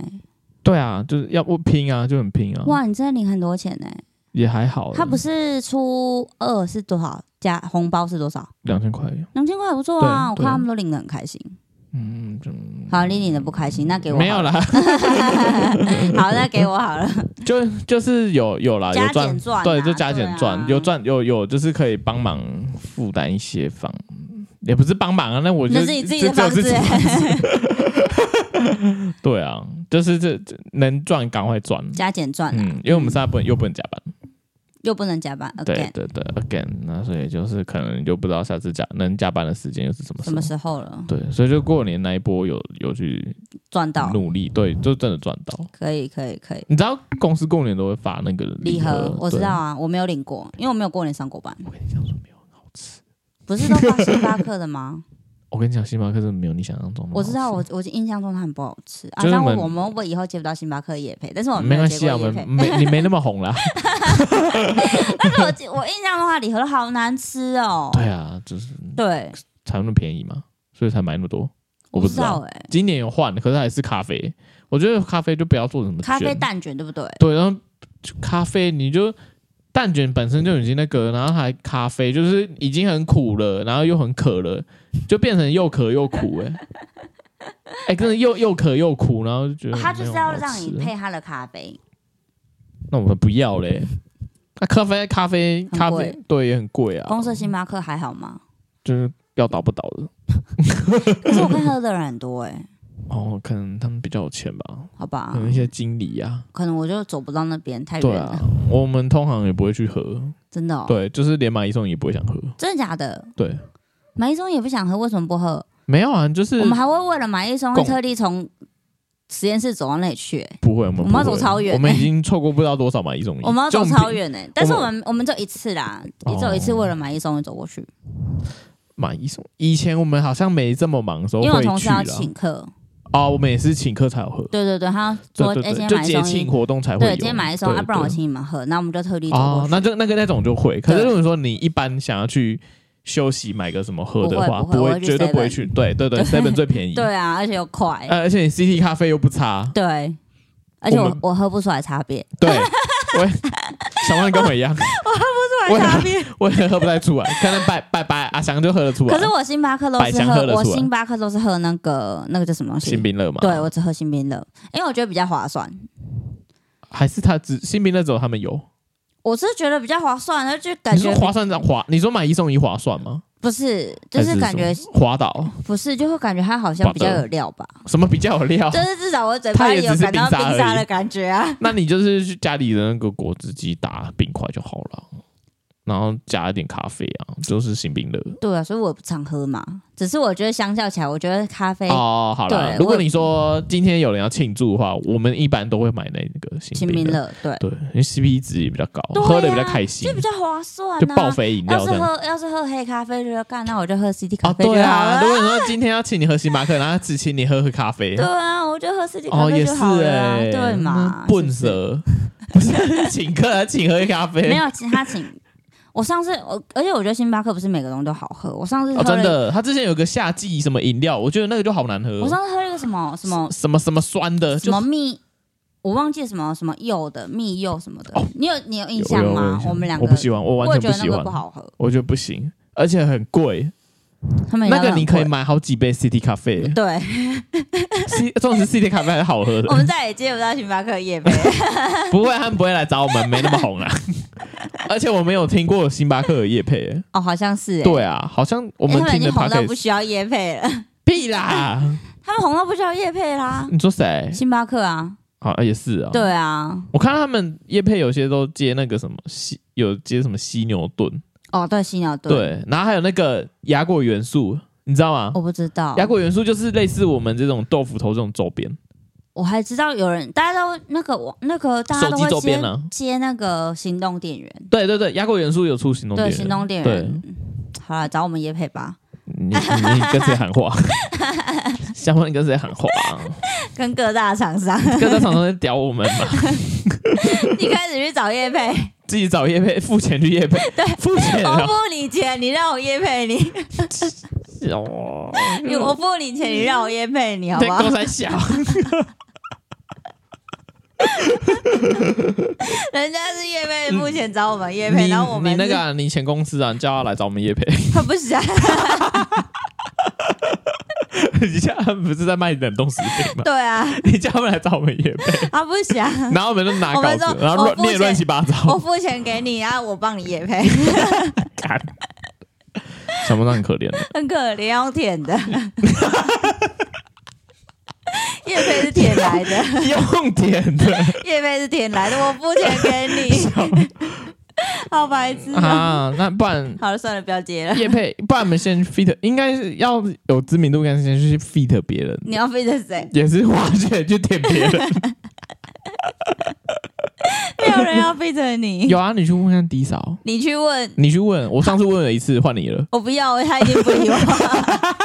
对啊，就是要不拼啊，就很拼啊，哇，你真的领很多钱呢、也还好。他不是初二是多少加红包是多少？两千块，两千块还不错对啊，我看对他们都领的很开心。嗯，就好，你领的不开心，那给我没有了。 (laughs) 啦，好，那给我好了。就就是有有啦，有加赚减，赚啊、对，就加减赚，对啊有。赚有有，就是可以帮忙负担一些房，也不是帮忙啊，那 (laughs) 我就那是你自己的就只有房子、自己 (laughs) 欸，对啊，就是这这能赚赶快赚。加减赚啊、嗯，因为我们现在不能又不能加班，又不能加班对 again，对对，again，那所以就是可能就不知道下次加能加班的时间又是什么时什候么。时候了？对，所以就过年那一波有有去赚到，努力，对，就真的赚到。可以，可以，可以。你知道公司过年都会发那个礼盒盒，我知对道啊，我没有领过，因为我没有过年上过班。我跟你讲说没有很好吃，不是都放星巴克的 (laughs) 吗？我跟你讲，星巴克真的没有你想象中的好我吃。知道，我我印象中它很不好吃啊。就是那我们我们会不会以后接不到星巴克夜配？但是我没哦有关接系啊，过我夜们配。没你没那么红 (laughs) 啦。但是我记我印象中它礼盒都好难吃哦。对啊，就是对，才那么便宜嘛，所以才买那么多。我我不不知知道道哎、今年有换，可是还是咖啡。我觉得咖啡就不要做什么咖啡卷蛋卷对不对？对，然后就咖啡你就蛋卷本身就已经那个，然后还咖啡，就是已经很苦了，然后又很渴了，就变成又渴又苦 (laughs) 哎、欸。哎、真的又又渴又苦，然后就觉得它哦就是没有要很好让你吃配它的咖啡，那我们不要嘞。那、咖啡咖啡很咖啡贵对也很贵啊，公司的星巴克还好 (laughs) 吗？就是要倒不倒的。可是我看喝的人很多哎、哦，可能他们比较有钱吧，好吧可，能一些经理啊，可能我就走不到那边太远对了，啊，我们通常也不会去喝，真的哦。，对，就是连买一送一也不会想喝，真的假的？对，买一送一也不想喝，为什么不喝？没有啊，就是我们还会为了买一送共一特地从实验室走到那里去、欸不会，我们我们要不会走超远我们已经错过不知道多少买一送一， (laughs) 我们要就走我超平远呢、欸但是我我们们我们就一次啦，哦也只有一次为了买一送一走过去，买一送。一。以前我们好像没这么忙的时候因为我会同去事要啦，请客，哦，我们也是请客才有喝，对对对，他要说对哎、对今对，天就买节一送庆一，活动才会有，对，今天买一送一，对啊，不然我对请你们喝，那我们就特地走过哦，去，那就那个那种就会。可是对如果说你一般想要去休息买个什么喝的话，不会不会我会去绝对 7-Eleven 不会去。对对对，seven (laughs) 最便宜。对啊，而且又快，呃，而且你 CT 咖啡又不差，对，而且我我们我喝不出来差别，对，我也小万跟我一样， (laughs) 不出来差别。我也喝不太出来，可能拜拜拜阿翔就喝得出来。可是我星巴克都百是香喝喝，得我出来星巴克都是喝那个那个叫什么东西新？冰乐嘛，对，我只喝新冰乐，因为我觉得比较划算。还是他只新冰乐只有他们有。我是觉得比较划算，而就感你说觉划算这样划，你说买一送一划算吗？不是，就是感觉嗯还什么滑倒不是，就会感觉它好像比较有料吧，什么比较有料就？是至少我嘴巴里哦它有感到也只是冰冰沙而沙已的感觉啊。那你就是去家里的那个果汁机打冰块就好了，然后加一点咖啡啊，就是新冰乐。对啊，所以我不常喝嘛。只是我觉得相较起来，我觉得咖啡哦，好了，对如果我你说今天有人要庆祝的话，我们一般都会买那个新新冰冰乐，乐对，对因为 CP 值也比较高，对啊喝的比较开心就，比较划算就报啊。废饮料要这是样。喝要是喝黑咖啡，就说干，那我就喝 CT 咖哦，啡就好对啊，了如。果你说今天要请你喝星巴克，然后只请你喝喝咖啡对，啊，我就喝四季咖哦，也是啡就好了、啊哎，对嘛那？笨是不蛇，欸不是 (laughs) 请客还请喝咖啡，是没有其他请。我上次我，而且我觉得星巴克不是每个东西都好喝。我上次喝哦，了，真的，他之前有个夏季什么饮料，我觉得那个就好难喝，我上次喝了一个什么什么什么什么酸的，什就么蜜，我忘记什么什么柚的蜜柚什么的。哦你有你有印有象有有吗印？象我们两我个，不喜欢，我完也全觉得喜那个欢不，好喝。我觉得不行，而且很贵，他们那个你可以以。买好几杯 CT 咖啡对， (laughs) ，C 重点是 CT 咖啡还是好喝我的，们再也接不到星巴克夜杯。 (laughs) 不会，他们不会来找我们，没那么红 (laughs) 啊。而且我没有听过星巴克的夜配、欸哦，好像是、欸。对啊，好像我我们他们已听的经红到不 podcast 需要夜配了，屁啦， (laughs) 他们红到不需要夜配啦。你说谁？星巴克啊，啊，也是啊，对啊，我看他们叶配有些都接那个什么犀，有接什么犀牛炖，哦，对，犀鸟盾，对，然后还有那个牙果元素，你知道吗？我不知道，牙果元素就是类似我们这种豆腐头这种周边，我还知道有人，大家都那个网那个大家都手机周会接边呢接那个行动电源，对对对，牙果元素有出行动电对，源，行动电对源。好了，找我们叶配吧， (laughs) 你你跟谁喊话？想问你跟谁喊话、啊？跟各大 (laughs) 厂商各大厂商在屌我们 (laughs) 嘛？一开始去找叶配， (laughs) 自己找叶配，付钱去 (laughs) 叶配，付钱我啊！付你钱，你让我叶配你，哦，你我啊付你钱，你让我叶配你，好在不好 (laughs) 高？三小，人家是叶配，目前找我 (laughs) 们叶配，你然后我们你那个是啊、你前公司啊，你叫他来找我们叶配， (laughs) 他不想，你叫他们不是在卖冷冻食 (laughs) 品吗？对啊，你叫他们来找我们叶配， (laughs) 他不 (laughs) 想，然后我们就拿稿我子们，说然后我乱付念乱钱七八我糟，付钱给你，然后我帮你叶配，干， (laughs) 想不到很可 (laughs) 怜的。很可怜，要舔的，叶配是舔来的。 (laughs) 用点的叶贝是舔来的，我付钱给你，好白痴啊！ (laughs) 啊，那不然好了，算了，不要接了。叶配，不然我们先 fit，应该是要有知名度，应该先去 fit 别人，你要飞的谁？也是花钱去点别人。没有人要飞着你 (laughs) 有，啊，你去问一下低嫂，你去问，你去问，我上次问了一次，换你了。我不要，他已经不 (laughs) 理我。他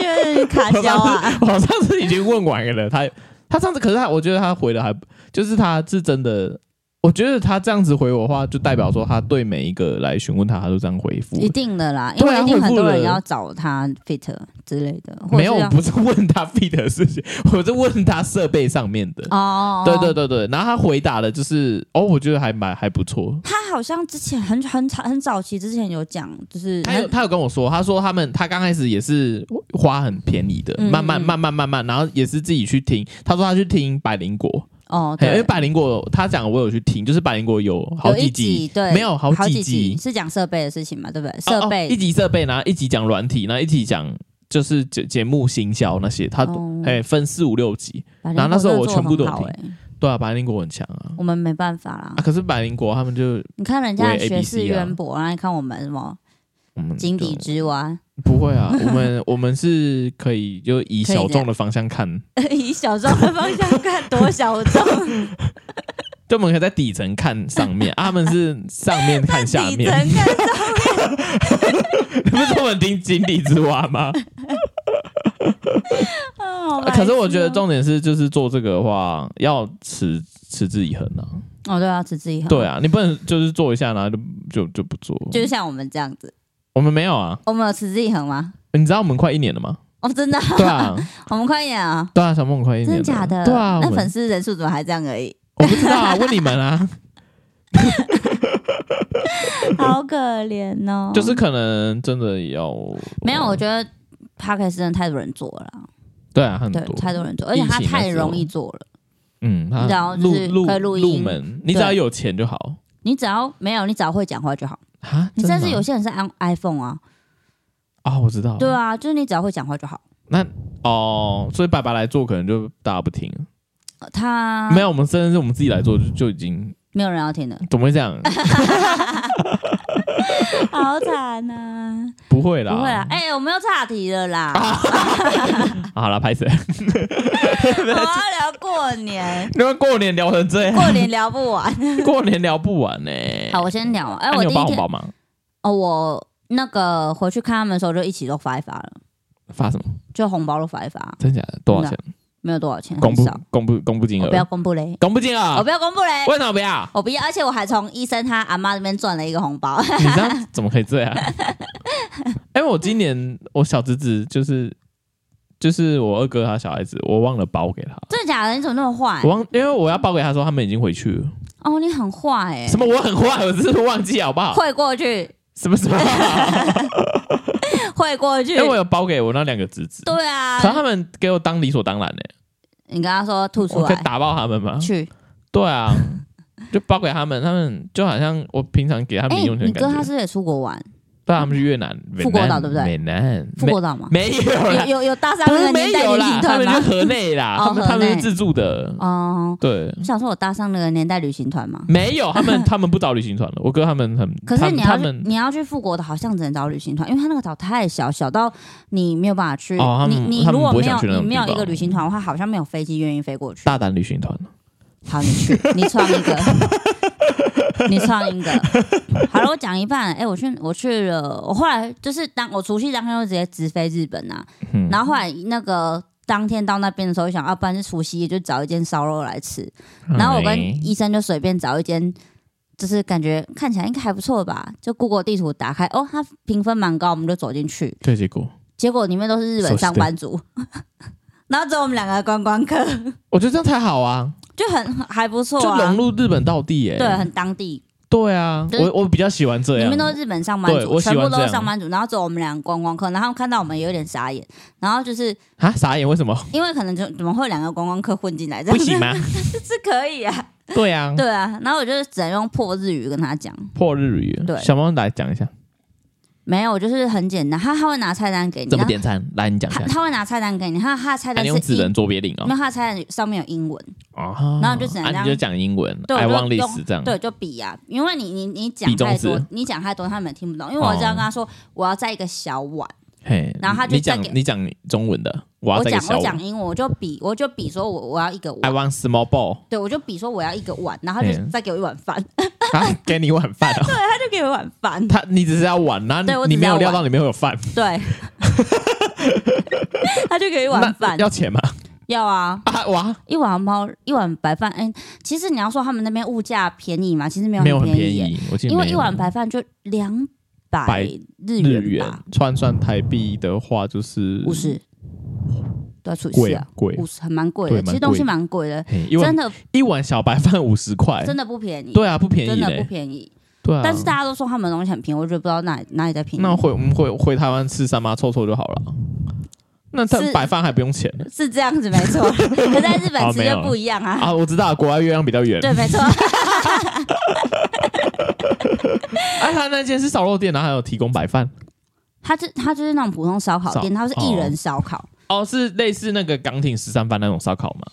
觉得你卡我胶上啊，次 (laughs) 我上次已经问完了，他他上次可是他，我觉得他回的还不就是他是真的。我觉得他这样子回我的话，就代表说他对每一个来询问他，他都这样回复。一定的啦，因对啊为一定很多回人复了要找他 fit 之类的，或者没是有，我要不是问他 fit 的事情， (laughs) 我是问他设备上面的。哦，对对。对对，然后他回答的就是哦，我觉得还蛮还不错。他好像之前很很早很早期之前有讲，就是他有他有跟我说，他说他们他刚开始也是花很便宜的，嗯慢慢嗯慢慢慢慢，然后也是自己去听。他说他去听百灵果，哦，嘿因为对，百灵果他讲我有去听，就是百灵果有哎好有一几集对，没有好好几集集是讲设备的事情嘛，对不对？哦设哦备一集设备，然后一集讲软体，然后一集讲就是节节目行销那些，他哦哎分四五六集，然然后那时候我全部都有听听，对啊，百灵果很强啊。欸我们没办法啦啊！。可是百灵果他们就，你看人家我的也学 ABC 识啊渊博，然后你看我们什么我们井底就之蛙，嗯不会啊，我们我们是可以就以可小以这样众的方向看， (laughs) 以啊小众的方向看多小众， (laughs) 就我们可以在底层看上 (laughs) 面，啊、他们是上面看下底层面，看上，不是我们听井底之蛙吗？啊 (laughs) 好白可是我痴觉得 (laughs) 哦重点是，就是做这个的话，要持持之以恒啊。哦，对啊，持之以恒，对，啊，你不能就是做一下，然后就就就不做。就是像我们这样子，我们没有啊，我们有持之以恒吗？你知道我们快一年了 (laughs) 吗？哦，真的啊，对啊，我们快一点啊！对啊，小梦快一真年的了，假的？对啊，那我粉们丝人数怎么还这样而已？我不知道啊，问你们 (laughs) 啊。 (laughs) 好可怜哦。就是可能真的要没有，我觉得 p o d c a s 真的太多人做了啦，对啊，很对多，太多人做，而且它疫情的太时候容易做了。嗯，他然后就入是入可以录音入门，你只要有钱就好你只要没有，你只要会讲话就好。啊。你真的甚吗至有些人是安 iPhone 啊，啊，我知道，对啊，就是你只要会讲话就好。那哦，所以爸爸来做可能就大家不听，呃他没有，我们真的是我们自己来做就就已经没有人要听的，怎么会这 (laughs) 样？好 (laughs) 惨啊呐、不会不啦，会啦，哎、我们又岔题了啦，啊好啦，拍谁？ (laughs) 我要聊过年，因为过年聊成这样，过年聊 (laughs) 不完。过年聊不完呢。好，我先聊。哎、那我啊你第有包红一天包吗？哦，我那个回去看他们的时候就一起都发一发了，发什么？就红包都发一发，真假的？多少钱？没有多少钱，公很布少。公布公布金我额不？要公布嘞，公布金我额啊不？要公布嘞，为什么不 (laughs) 要？我不要，而且我还从医生他阿妈那边赚了一个红包。 (laughs) 你这样怎么可以这样？哎、我今年我小侄子就是就是我二哥他小孩子，我忘了包给他，真的假的？你怎么那么坏我？忘，因为我要包给他说他们已经回去了。哦，你很坏哎、什么？我很坏，我只是忘记好不好？会过去，什么什 (laughs) 么？会过去因为。我有包给我那两个侄子，对啊可，他们给我当理所当然呢、你跟他说吐出我可以来，打爆他们吗？去。对啊，就包给他们，他们就好像我平常给他哎、们零用钱你的感哥觉。他是不是也出国玩？带他们去越南、富国岛对不对美南、富国岛吗？没没有有 (laughs) 啦，有有搭上不那是个年没代有旅行啦，他团们是吗？河内啦，哦他们他河们内是自助的，哦，对，我想说我搭上那个年代旅行团吗？没有，他们他们不找旅行团了。我哥他们很，可他是们你他要去们你要去富国岛，好像只能找旅行团，因为它那个岛太小，小到你没有办法去。哦他们你你他们如果不会没想有去那你种没有地一方个旅行团的话，好像没有飞机愿意飞过去。大胆旅行团，好，你 (laughs) 去，你创一个，你创一个。好了，我讲一半。哎、我去，我去了。我后来就是当我除夕当天就直接直飞日本啊，嗯然后后来那个。当天到那边的时候，想要、啊、不然是除夕夜就找一间烧肉来吃。然后我跟哎医生就随便找一间，就是感觉看起来应该还不错吧。就 Google 地图打开，哦，它评分蛮高，我们就走进去。对结果，结果里面都是日本上班族，哦 (laughs) 然后只有我们两个观光客，我觉得这样才好啊，就很还不错、就啊，融入日本道地哎耶。对，啊很当地对啊，就是我我比较喜欢这里样面。都是日本上班啊对族，我喜全欢部都这样是上班族，然后走我们两个观光客，然后他们看到我们有点傻眼，然后就是啊，傻眼，为什 (laughs) 么因为可能就怎么会有两个观光客混进来，这不样行吗？ (laughs) 是可以啊，对啊，对啊，然后我就只能用破日语跟他讲，破日语，对小猫来讲一下没有，我就是很简单，他他会拿菜单给你，怎么然后点餐，来你讲一他下。他会拿菜单给你，他他的菜啊单你是用指英，人做别领因为哦，他的菜单上面有英文，哦然后就只能这啊样你就讲英文对，I 我就 want 用 this 这样，对，就比啊，因为你你你讲嗯比中太多指，你讲太多他们也听不懂，因为我哦这样跟他说我要在一个小碗。嘿，然后他就你再讲给你讲中文的，我要我再给讲小我我讲英文，我就比我就比说我我要一个碗 I，want small (laughs) ball 对，我就比说我要一个碗，然后他就嗯再给我一碗饭， (laughs) 啊，给你碗饭哦。他就给我一碗饭，他你只是要碗，然啊对后我你只你没是有要料玩到里面会有饭，对， (laughs) 他就给我一那碗饭，要钱吗？要啊，啊哇，一碗猫一碗白饭，哎、其实你要说他们那边物价便宜嘛，其实没有没有很便便耶，宜，我记得因为没一有碗白饭就两百百日日元元吧，换算台币的话就是五十，对，除以四贵啊，贵五，十还蛮贵对的，蛮其实东贵西的蛮贵的，嘿一碗真的一碗小白饭五十块，真的不便宜，哎对啊，不便宜真的不嘞，便宜。对啊，但是大家都说他们的东西很便宜，我就不知道哪里哪里在便宜。那回我们回回台湾吃三妈臭臭就好了。那他是白饭还不用钱是这样子没 (laughs) 错，可在日本吃就不一样啊。啊！我知道国外月亮比较圆。对，没 (laughs) 错，啊，他那间是烧肉店，啊然后还有提供白饭。它就它就是那种普通烧烤店，它是一人烧烤，哦，是类似那个港挺十三番那种烧烤吗？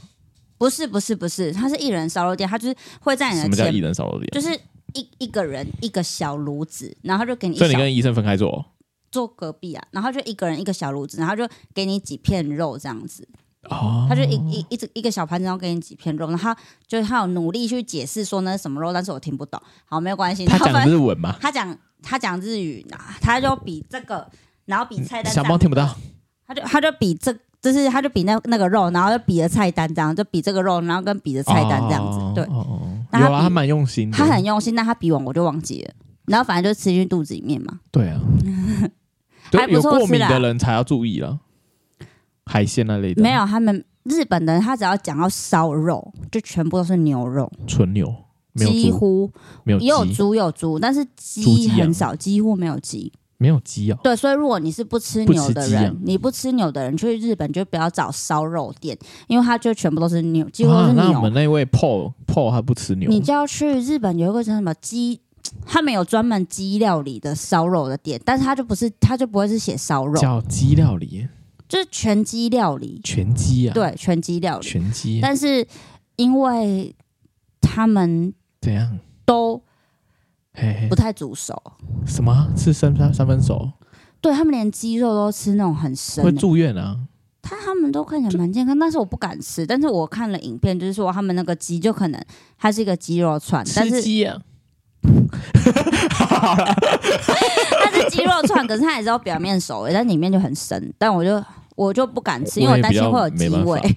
不是不是不是，它是一人烧肉店，哎它就是会在什你么的叫一前，人烧肉就店？是一一个人一个小炉子，然后就给你一所以你小跟医生分开坐哦。坐隔壁啊，然后就一个人一个小炉子，然后就给你几片肉这样子，哦它就一一一直一个小盘子，然后给你几片肉，然后它就他有努力去解释说那是什么肉，但是我听不懂，好没有关系，他然后反讲正日文吗？他讲他讲日语呢，他就比这个，然后比菜单小上，猫嗯听不到。他就他就比这，就是他就比那那个肉，然后就比了菜单这样，就比这个肉，然后跟比着菜单这样子，哦对哦，哦那哦他有啊，比他蛮用心的。他很用心，但他比完我就忘记了，然后反正就吃进肚子里面嘛，对 (laughs) 啊，还对不有错过吃敏啦的人才要注意了，海鲜那类的没有他们日本的，他只要讲到烧肉，就全部都是牛肉，纯牛，没有几猪，乎没有也有鸡，猪有猪，但是猪鸡鸡啊很少，几乎没有鸡。没有鸡哦。对，所以如果你是不吃不牛吃的鸡啊人，你不吃牛的人去日本就不要找烧肉店，因为它就全部都是牛，几乎都是啊那我牛。们那位 Paul Paul 他不吃牛，你就要去日本有一个叫什么鸡，他们有专门鸡料理的烧肉的店，但是它就不是，它就不会是写烧肉，叫鸡料理，就是全鸡料理，全鸡啊，，对，全鸡料理。全鸡啊，但是因为他们怎样？都嘿嘿不，太煮熟，什么啊吃三三三分熟对他们连鸡肉都吃那种很生会的，住院啊？他他们都看起来蛮健康，但是我不敢吃。但是我看了影片，就是说他们那个鸡就可能它是一个鸡肉串，但吃是鸡啊？它是鸡肉串，可 (laughs) 是它也只有表面熟而已，但里面就很生。但我就我就不敢吃，因我为我也担比较心会有鸡没办味法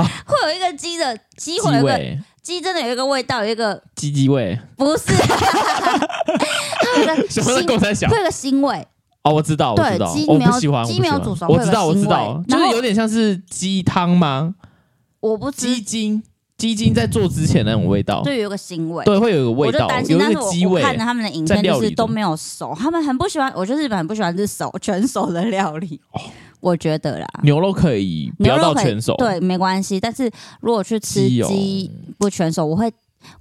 啊 (laughs) 会有一个鸡的鸡鸡会有一个味，鸡真的有一个味道，有一个鸡鸡味，不 (laughs) 是，它有一个什么腥狗在想会？有一个腥味，哦，我知道，我对知道，鸡我没有不喜欢，我鸡不喜没有欢煮熟我会知有道，我腥知道味，就然是后有点像是鸡汤吗？我不鸡知，精，鸡精在做之前那种味道，嗯对，有一个腥味。对，会有个味我就道担，心，有但一是个我鸡我味，看了他们的影在片，料就理是都中没有熟，他们很不喜欢，我觉得日本很不喜欢吃熟 (laughs) 全熟的料理，哦我觉得啦。牛肉可以不牛要肉到可以全熟，对，没关系。但是如果去吃鸡哦鸡不全熟，我会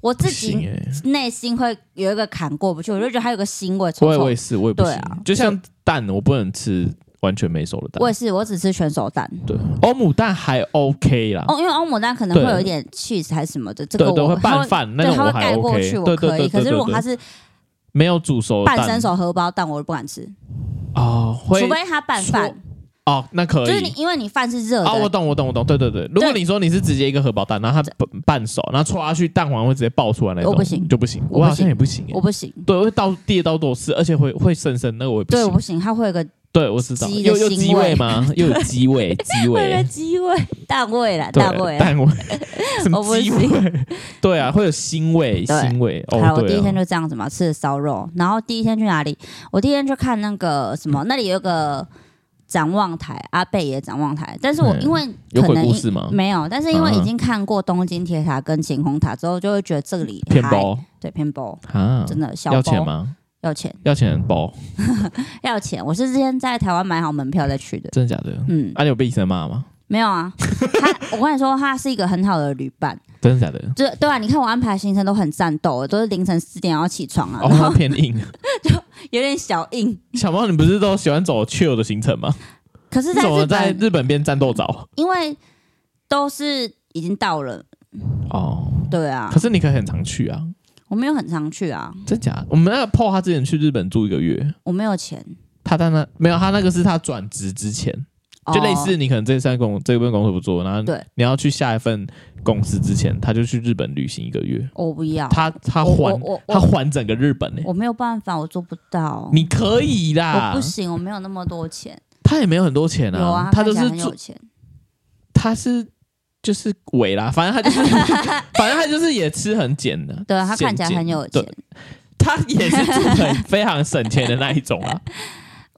我自不己行欸内心会有一个坎过不去，我就觉得它有个腥味，臭我也臭我也的。是，我也不对行啊。就像蛋，我不能吃完全没熟的我蛋。也是，我只吃全熟蛋。对，欧姆蛋还 OK 啦。哦，因为欧姆蛋可能会啊对有一点 cheese 还是什么的，这对个对，我会它拌会饭那种对，它我会还盖过 OK，去，我对对可以。对对可是对如果对它是没有煮熟的半蛋生熟荷包蛋，我不敢吃，哦，会除非它拌说饭，哦，那可就是你以因为你饭是热啊，我的，懂我懂我懂，对对对。如果对你说你是直接一个荷包蛋，然后它拌拌熟，然后戳下去蛋黄会直接爆出来那种，我不行就不行，我我不好像行也不行欸我不行。对，会到地到多是，而且会会生生那个我也不对，我行不。行，它会有个对，我知道，鸡的又又腥鸡味味吗？又有鸡 (laughs) 味，鸡会有个味，鸡味、蛋味啦，对蛋味啦。蛋 (laughs) 味，什么我不鸡行味？ (laughs) 对啊，会有腥味，对腥味。哦好了，，我第对一天啊，就这样子嘛，吃了烧肉。然后第一天去哪里？我第一天去看那个什么，那里有个展望台，阿贝爷展望台。但是我嗯因为有可鬼能故因事吗？没有，但是因为啊已经看过东京铁塔跟晴空塔之后，就会觉得这里骗还，包对偏包，啊？真的小包要钱？吗？要钱，要钱包，要钱。我是之前在台湾买好门票再去的。真的假的？嗯，啊，你有被医生骂吗？没有啊，他 (laughs) 我跟你说，他是一个很好的旅伴，真的假的？就对啊，你看我安排行程都很战斗，我都是凌晨四点要起床啊，哦，然他后偏硬。有点小硬。 (laughs) 小猫，你不是都喜欢走 chill 的行程吗？可是，你在怎么日在本，日本边战斗澡？因为都是已经到了，哦，对啊可，是你可以很常去啊，我没有很常去啊，真假？我们那个 PO 他之前去日本住一个月，我没有钱，他当然没有，他那个是他转职之前，就类似哦、你可能这三工这份工作不做，然后对你要去下一份公司之前，他就去日本旅行一个月，哦我不要，他他我我环我他我环整个日本呢、欸我没有办法，我做不到，你啊可以我啦不，行，我没有那么多钱，他也没有很多钱有啊，他看就起来是很住有钱，他是就是尾啦，反正他就是 (laughs) 反正他就是也吃很俭的，对啊他看起来俭很有对钱。他也是住很非常省钱的那一种 (laughs) 啊，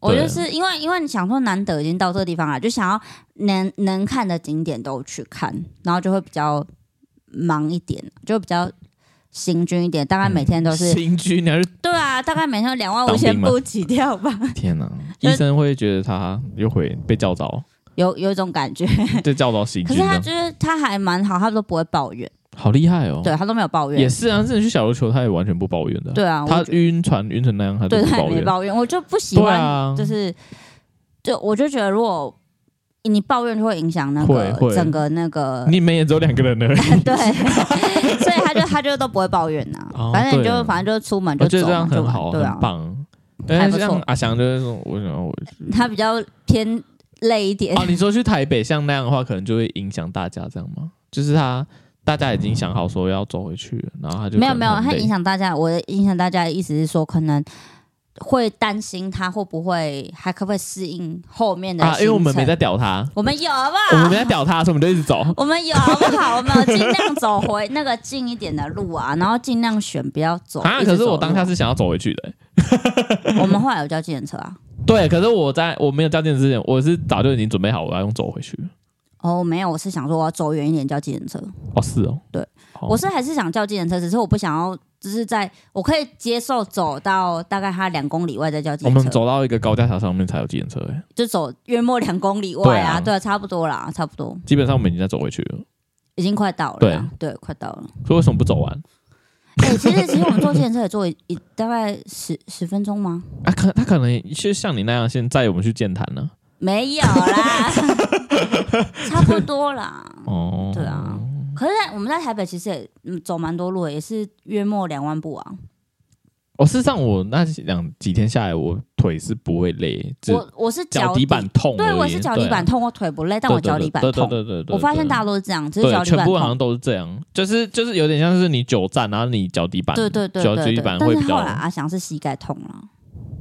我对就是因为因为你想说难得已经到这个地方了，就想要能能看的景点都去看，然后就会比较忙一点，就比较行军一点。大概每天都是、新居，你要是对啊，大概每天两万嗯当五千兵吗步起跳吧，天哪，就医是生会觉得他又会被叫着。有有一种感觉。就叫到行可军是他的，就是他还蛮好，他都不会抱怨，好厉害哦。对他都没有抱也怨。是啊，之前去小琉球，他也完全不抱怨的。、对啊，他我觉得晕船晕成那样，他都对不他也抱没怨。抱怨，我就不喜对欢，啊，就是就我就觉得如果你抱怨就会影响那会个会整个那个你们也只有两个人而 (laughs) 已。 (laughs) 对，所以他就他就都不会抱怨呐、哦反正你对就啊反正就出门我就觉得这走样嘛，很就玩好，对啊很，棒。哎还但不是错像阿翔就是说，啊我想要我他比较偏累一 (laughs) 点。哦，你说去台北像那样的话，可能就会影响大家，这样吗？就是他大家已经想好说要走回去了，然后他就没有可能没有，很他累影响大家。我的影响大家的意思是说，可能会担心他会不会还可不可以适应后面的啊，因为我们没行程啊哦在屌他，我们有好不我好？们没在屌他，所以我们就一直走。我们有好不好？我们有尽量走回那个近一点的路啊，然后尽量选不要走。啊，一直可是我走当下路啊是想要走回去的、我们后来有叫计程车啊。对，可是我在我没有交件之前，我是早就已经准备好我要用走回去了。哦，没有，我是想说我要走远一点叫计程车。哦，是哦，对哦，我是还是想叫计程车，只是我不想要，只是在我可以接受走到大概它两公里外再叫计我程们车，走到一个高架桥上面才有计程车、欸，就走约莫两公里外啊，对啊对啊，差不多啦，差不多，基本上我们已经在走回去了，已经快到了啦，对，快到了。所以为什么不走完？哎、其实其实我们坐计程车也坐一一大概十十分钟吗？啊，可他可能就像你那样，现在我们去健谈呢、没有 (laughs) 啦，差不多啦。哦，对啊，可是我们在台北其实也嗯走蛮多路的，也是约莫两万步啊。哦，事实上我那两几天下来，我腿是不会累，只我我是脚底底板，痛而已。对我也是脚底对啊板，痛，我腿不累，但我对对脚底对板对痛。对对对对，我发现对大家都是这样，只是对脚底全板部好痛。像都是这样，就是就是有点像是你久站，然后你脚底板对对对脚脚对底对对，板但会是比后较来阿翔是膝盖痛啊了，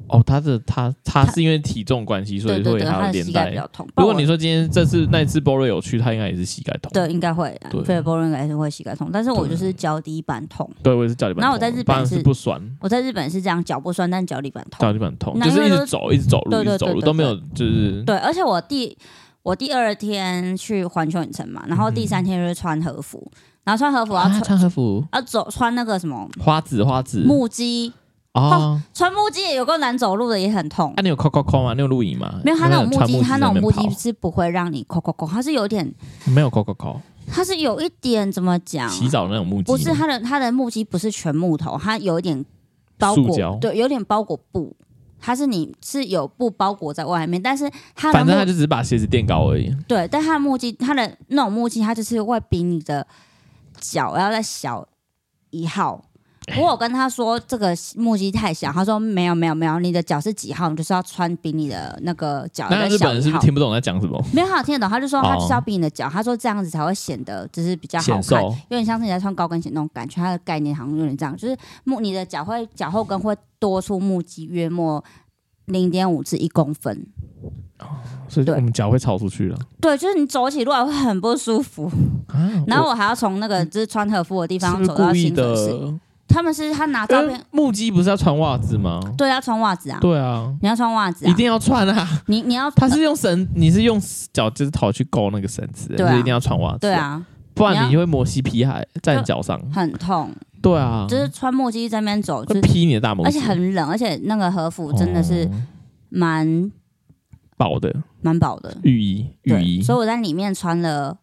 哦，他的他他他是因为体重关系，所对以对会对，还他有的连膝盖带比。较痛。如不果然我你说今天这次那一次 Boro 有去，他应该也是膝盖痛。对，应该会啊对，菲尔波伦应该是会膝盖痛，但是我对就是脚底板痛。对，我也是脚底板痛。然后我在日本不然是是不酸，我在日本是这样，脚不酸，但脚底板痛脚。底板痛，那就因是为一都直走，一直走路，对一直对走对路对都没有，就是对，而且我第我第二天去环球影城嘛，然后第三天就是穿和服，然后穿和服我要嗯啊，穿穿嗯和服，要走穿那个什么花子花子木屐，哦，穿木屐也有够难走路的，也很痛啊，。你有扣扣扣吗？你有录影吗？没有，他那种木穿屐，他那种在木边跑屐是不会让你扣扣扣，它是有点没有扣扣扣，它是有一点怎么讲啊、洗澡那种木屐不吗，是它的它的木屐不是全木头，它有一点包塑胶裹，对，有点包裹布，它是你是有布包裹在外面，但是它的反正他木就只是把鞋子垫高而已。对，但它的木屐，它的那种木屐，它就是会比你的脚要再小一号。哎我有跟他说这个木屐太小，他说没有没有没有，你的脚是几号，你就是要穿比你的那个脚那要再日小本人一是不号是。听不懂我在讲什么？没有他有听得懂，他就说哦他就是要比你的脚，他说这样子才会显得就是比较好显看，瘦有点像是你在穿高跟鞋那种感觉。它的概念好像有点这样，就是木你的脚会脚后跟会多出木屐约莫零点五至一公分，所以对我们脚会超出去了。对，就是你走起路啊来会很不舒服。啊然后我还要从那个就是穿和服的地是不方是走到故意清水寺。的？他们是他啊拿照因为片，木屐不是要穿袜子吗？对，要穿袜子啊，对啊，你要穿袜子一啊，定要穿啊！你你要他是用绳，你是用脚就是头去勾那个绳子，对啊就是一定要穿袜子，对，啊，不然你你会摩西皮海在你脚上，很痛，对啊，就是穿木屐在那边走，就会是劈你的大拇指，而且很冷，而且那个和服真的是哦蛮薄的蛮薄的，浴衣，浴对，衣，所以我在里面穿了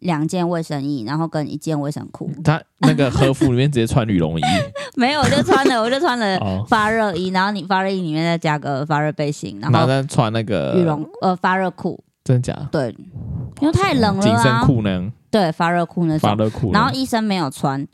两件卫生衣，然后跟一件卫生裤，他那个和服里面直接穿羽绒衣 (laughs) 没有，我就穿了，我就穿了哦，发热衣，然后你发热衣里面再加个发热背心，然然后后再穿那个羽，绒呃发热裤，真的假的？对，因为太冷紧了身啊，裤呢？对，发热裤那发种。热裤呢，然后医生没有穿，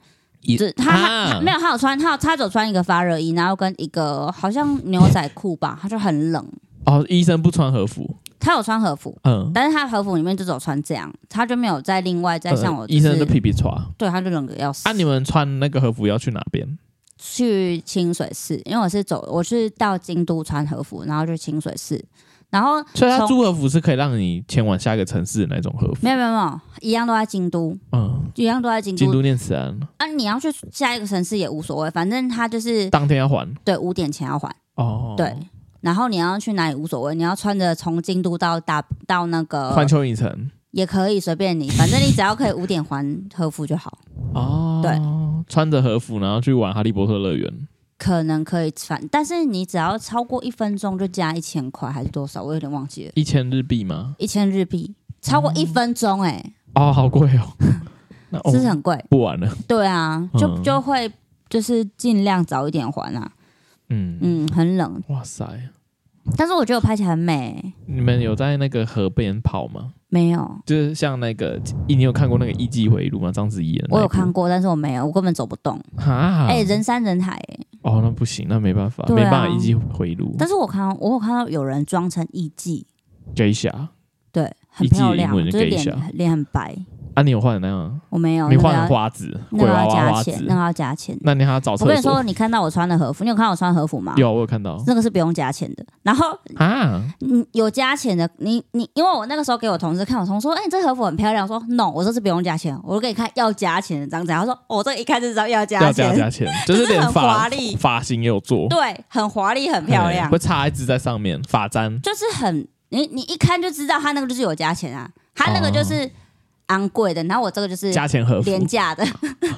一只他啊他没有，他有穿，他有他只有穿一个发热衣，然后跟一个好像牛仔裤吧，他就很冷。哦，医生不穿和服，他有穿和服，嗯，但是他和服里面就只有穿这样，他就没有再另外再像我、呃就是医生就屁屁抓。对，他就冷的要死。啊，你们穿那个和服要去哪边？去清水寺，因为我是走，我是到京都穿和服，然后去清水寺，然后所以他从租和服是可以让你前往下一个城市的那种和服。没有没有没有，一样都在京都，嗯，一样都在京都。京都念慈庵，啊，你要去下一个城市也无所谓，反正他就是当天要还对五点前要还。哦。对，然后你要去哪里无所谓，你要穿着从京都到大到那环个球影城也可以随便你，反正你只要可以五点还和服就好，哦，对，穿着和服然后去玩哈利波特乐园，可能可以返，但是你只要超过一分钟就加一千块还是多少，我有点忘记了，一千日币吗？一千日币，超过一分钟哎、哦，好贵哦， (laughs) 那是不是哦很贵？不玩了。对啊，就嗯就会就是尽量早一点还啊，嗯嗯，嗯，很冷，哇塞，但是我觉得我拍起来很美、你们有在那个河边跑吗？没有。就是像那个，你有看过那个《艺伎回忆录》吗？章子怡的那一部啊我有看过，但是我没有，我根本走不动。哈，哎、人山人海、哎哦，那不行，那没办法，对啊没办法一季回录。但是我看到我有看到有人装成艺妓，给一下对，很艺妓漂的英亮，文就是给一下脸脸很白。啊，你有换那样？我没有，你那个换了要花子、那鬼个娃要娃花加钱，子那个，要加钱。那你还要找我厕跟你所说，你看到我穿的和服，你有看到我穿和服吗？，有，我有看到那个是不用加钱的。然后啊，嗯，有加钱的，你你，因为我那个时候给我同事看，我同事说，哎、你这和服很漂亮，我说 no，我这是不用加钱，我就给你看要加钱的张子，他说，我、这一看就知道要加要加钱，加钱，就是就是连很发华丽发型也有做， (laughs) 对，很华丽，很漂亮对会，插一支在上面，发簪就是很你你一看就知道他那个就是有加钱啊，他那个哦就是昂贵的，然后我这个就是加钱和服。廉价的， (laughs)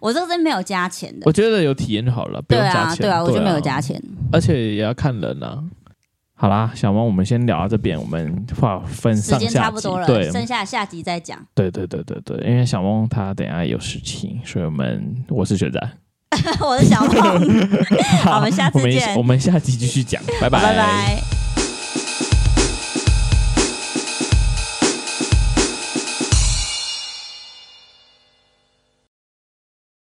我这个是没有加钱的我，觉得有体验就好了，不对用加啊，钱。对啊，我就没有加钱，而且也要看人啊。好啦，小猫，我们先聊到这边，我们划分时上间下差不集多，了，对，剩下下集再讲， (laughs) 对对对对对，因为小梦她等一下有事情，所以我们我是学长，我是小梦，好我们下 (laughs) 次我们 (laughs) 见 (laughs) 我们下集继续讲，拜拜拜。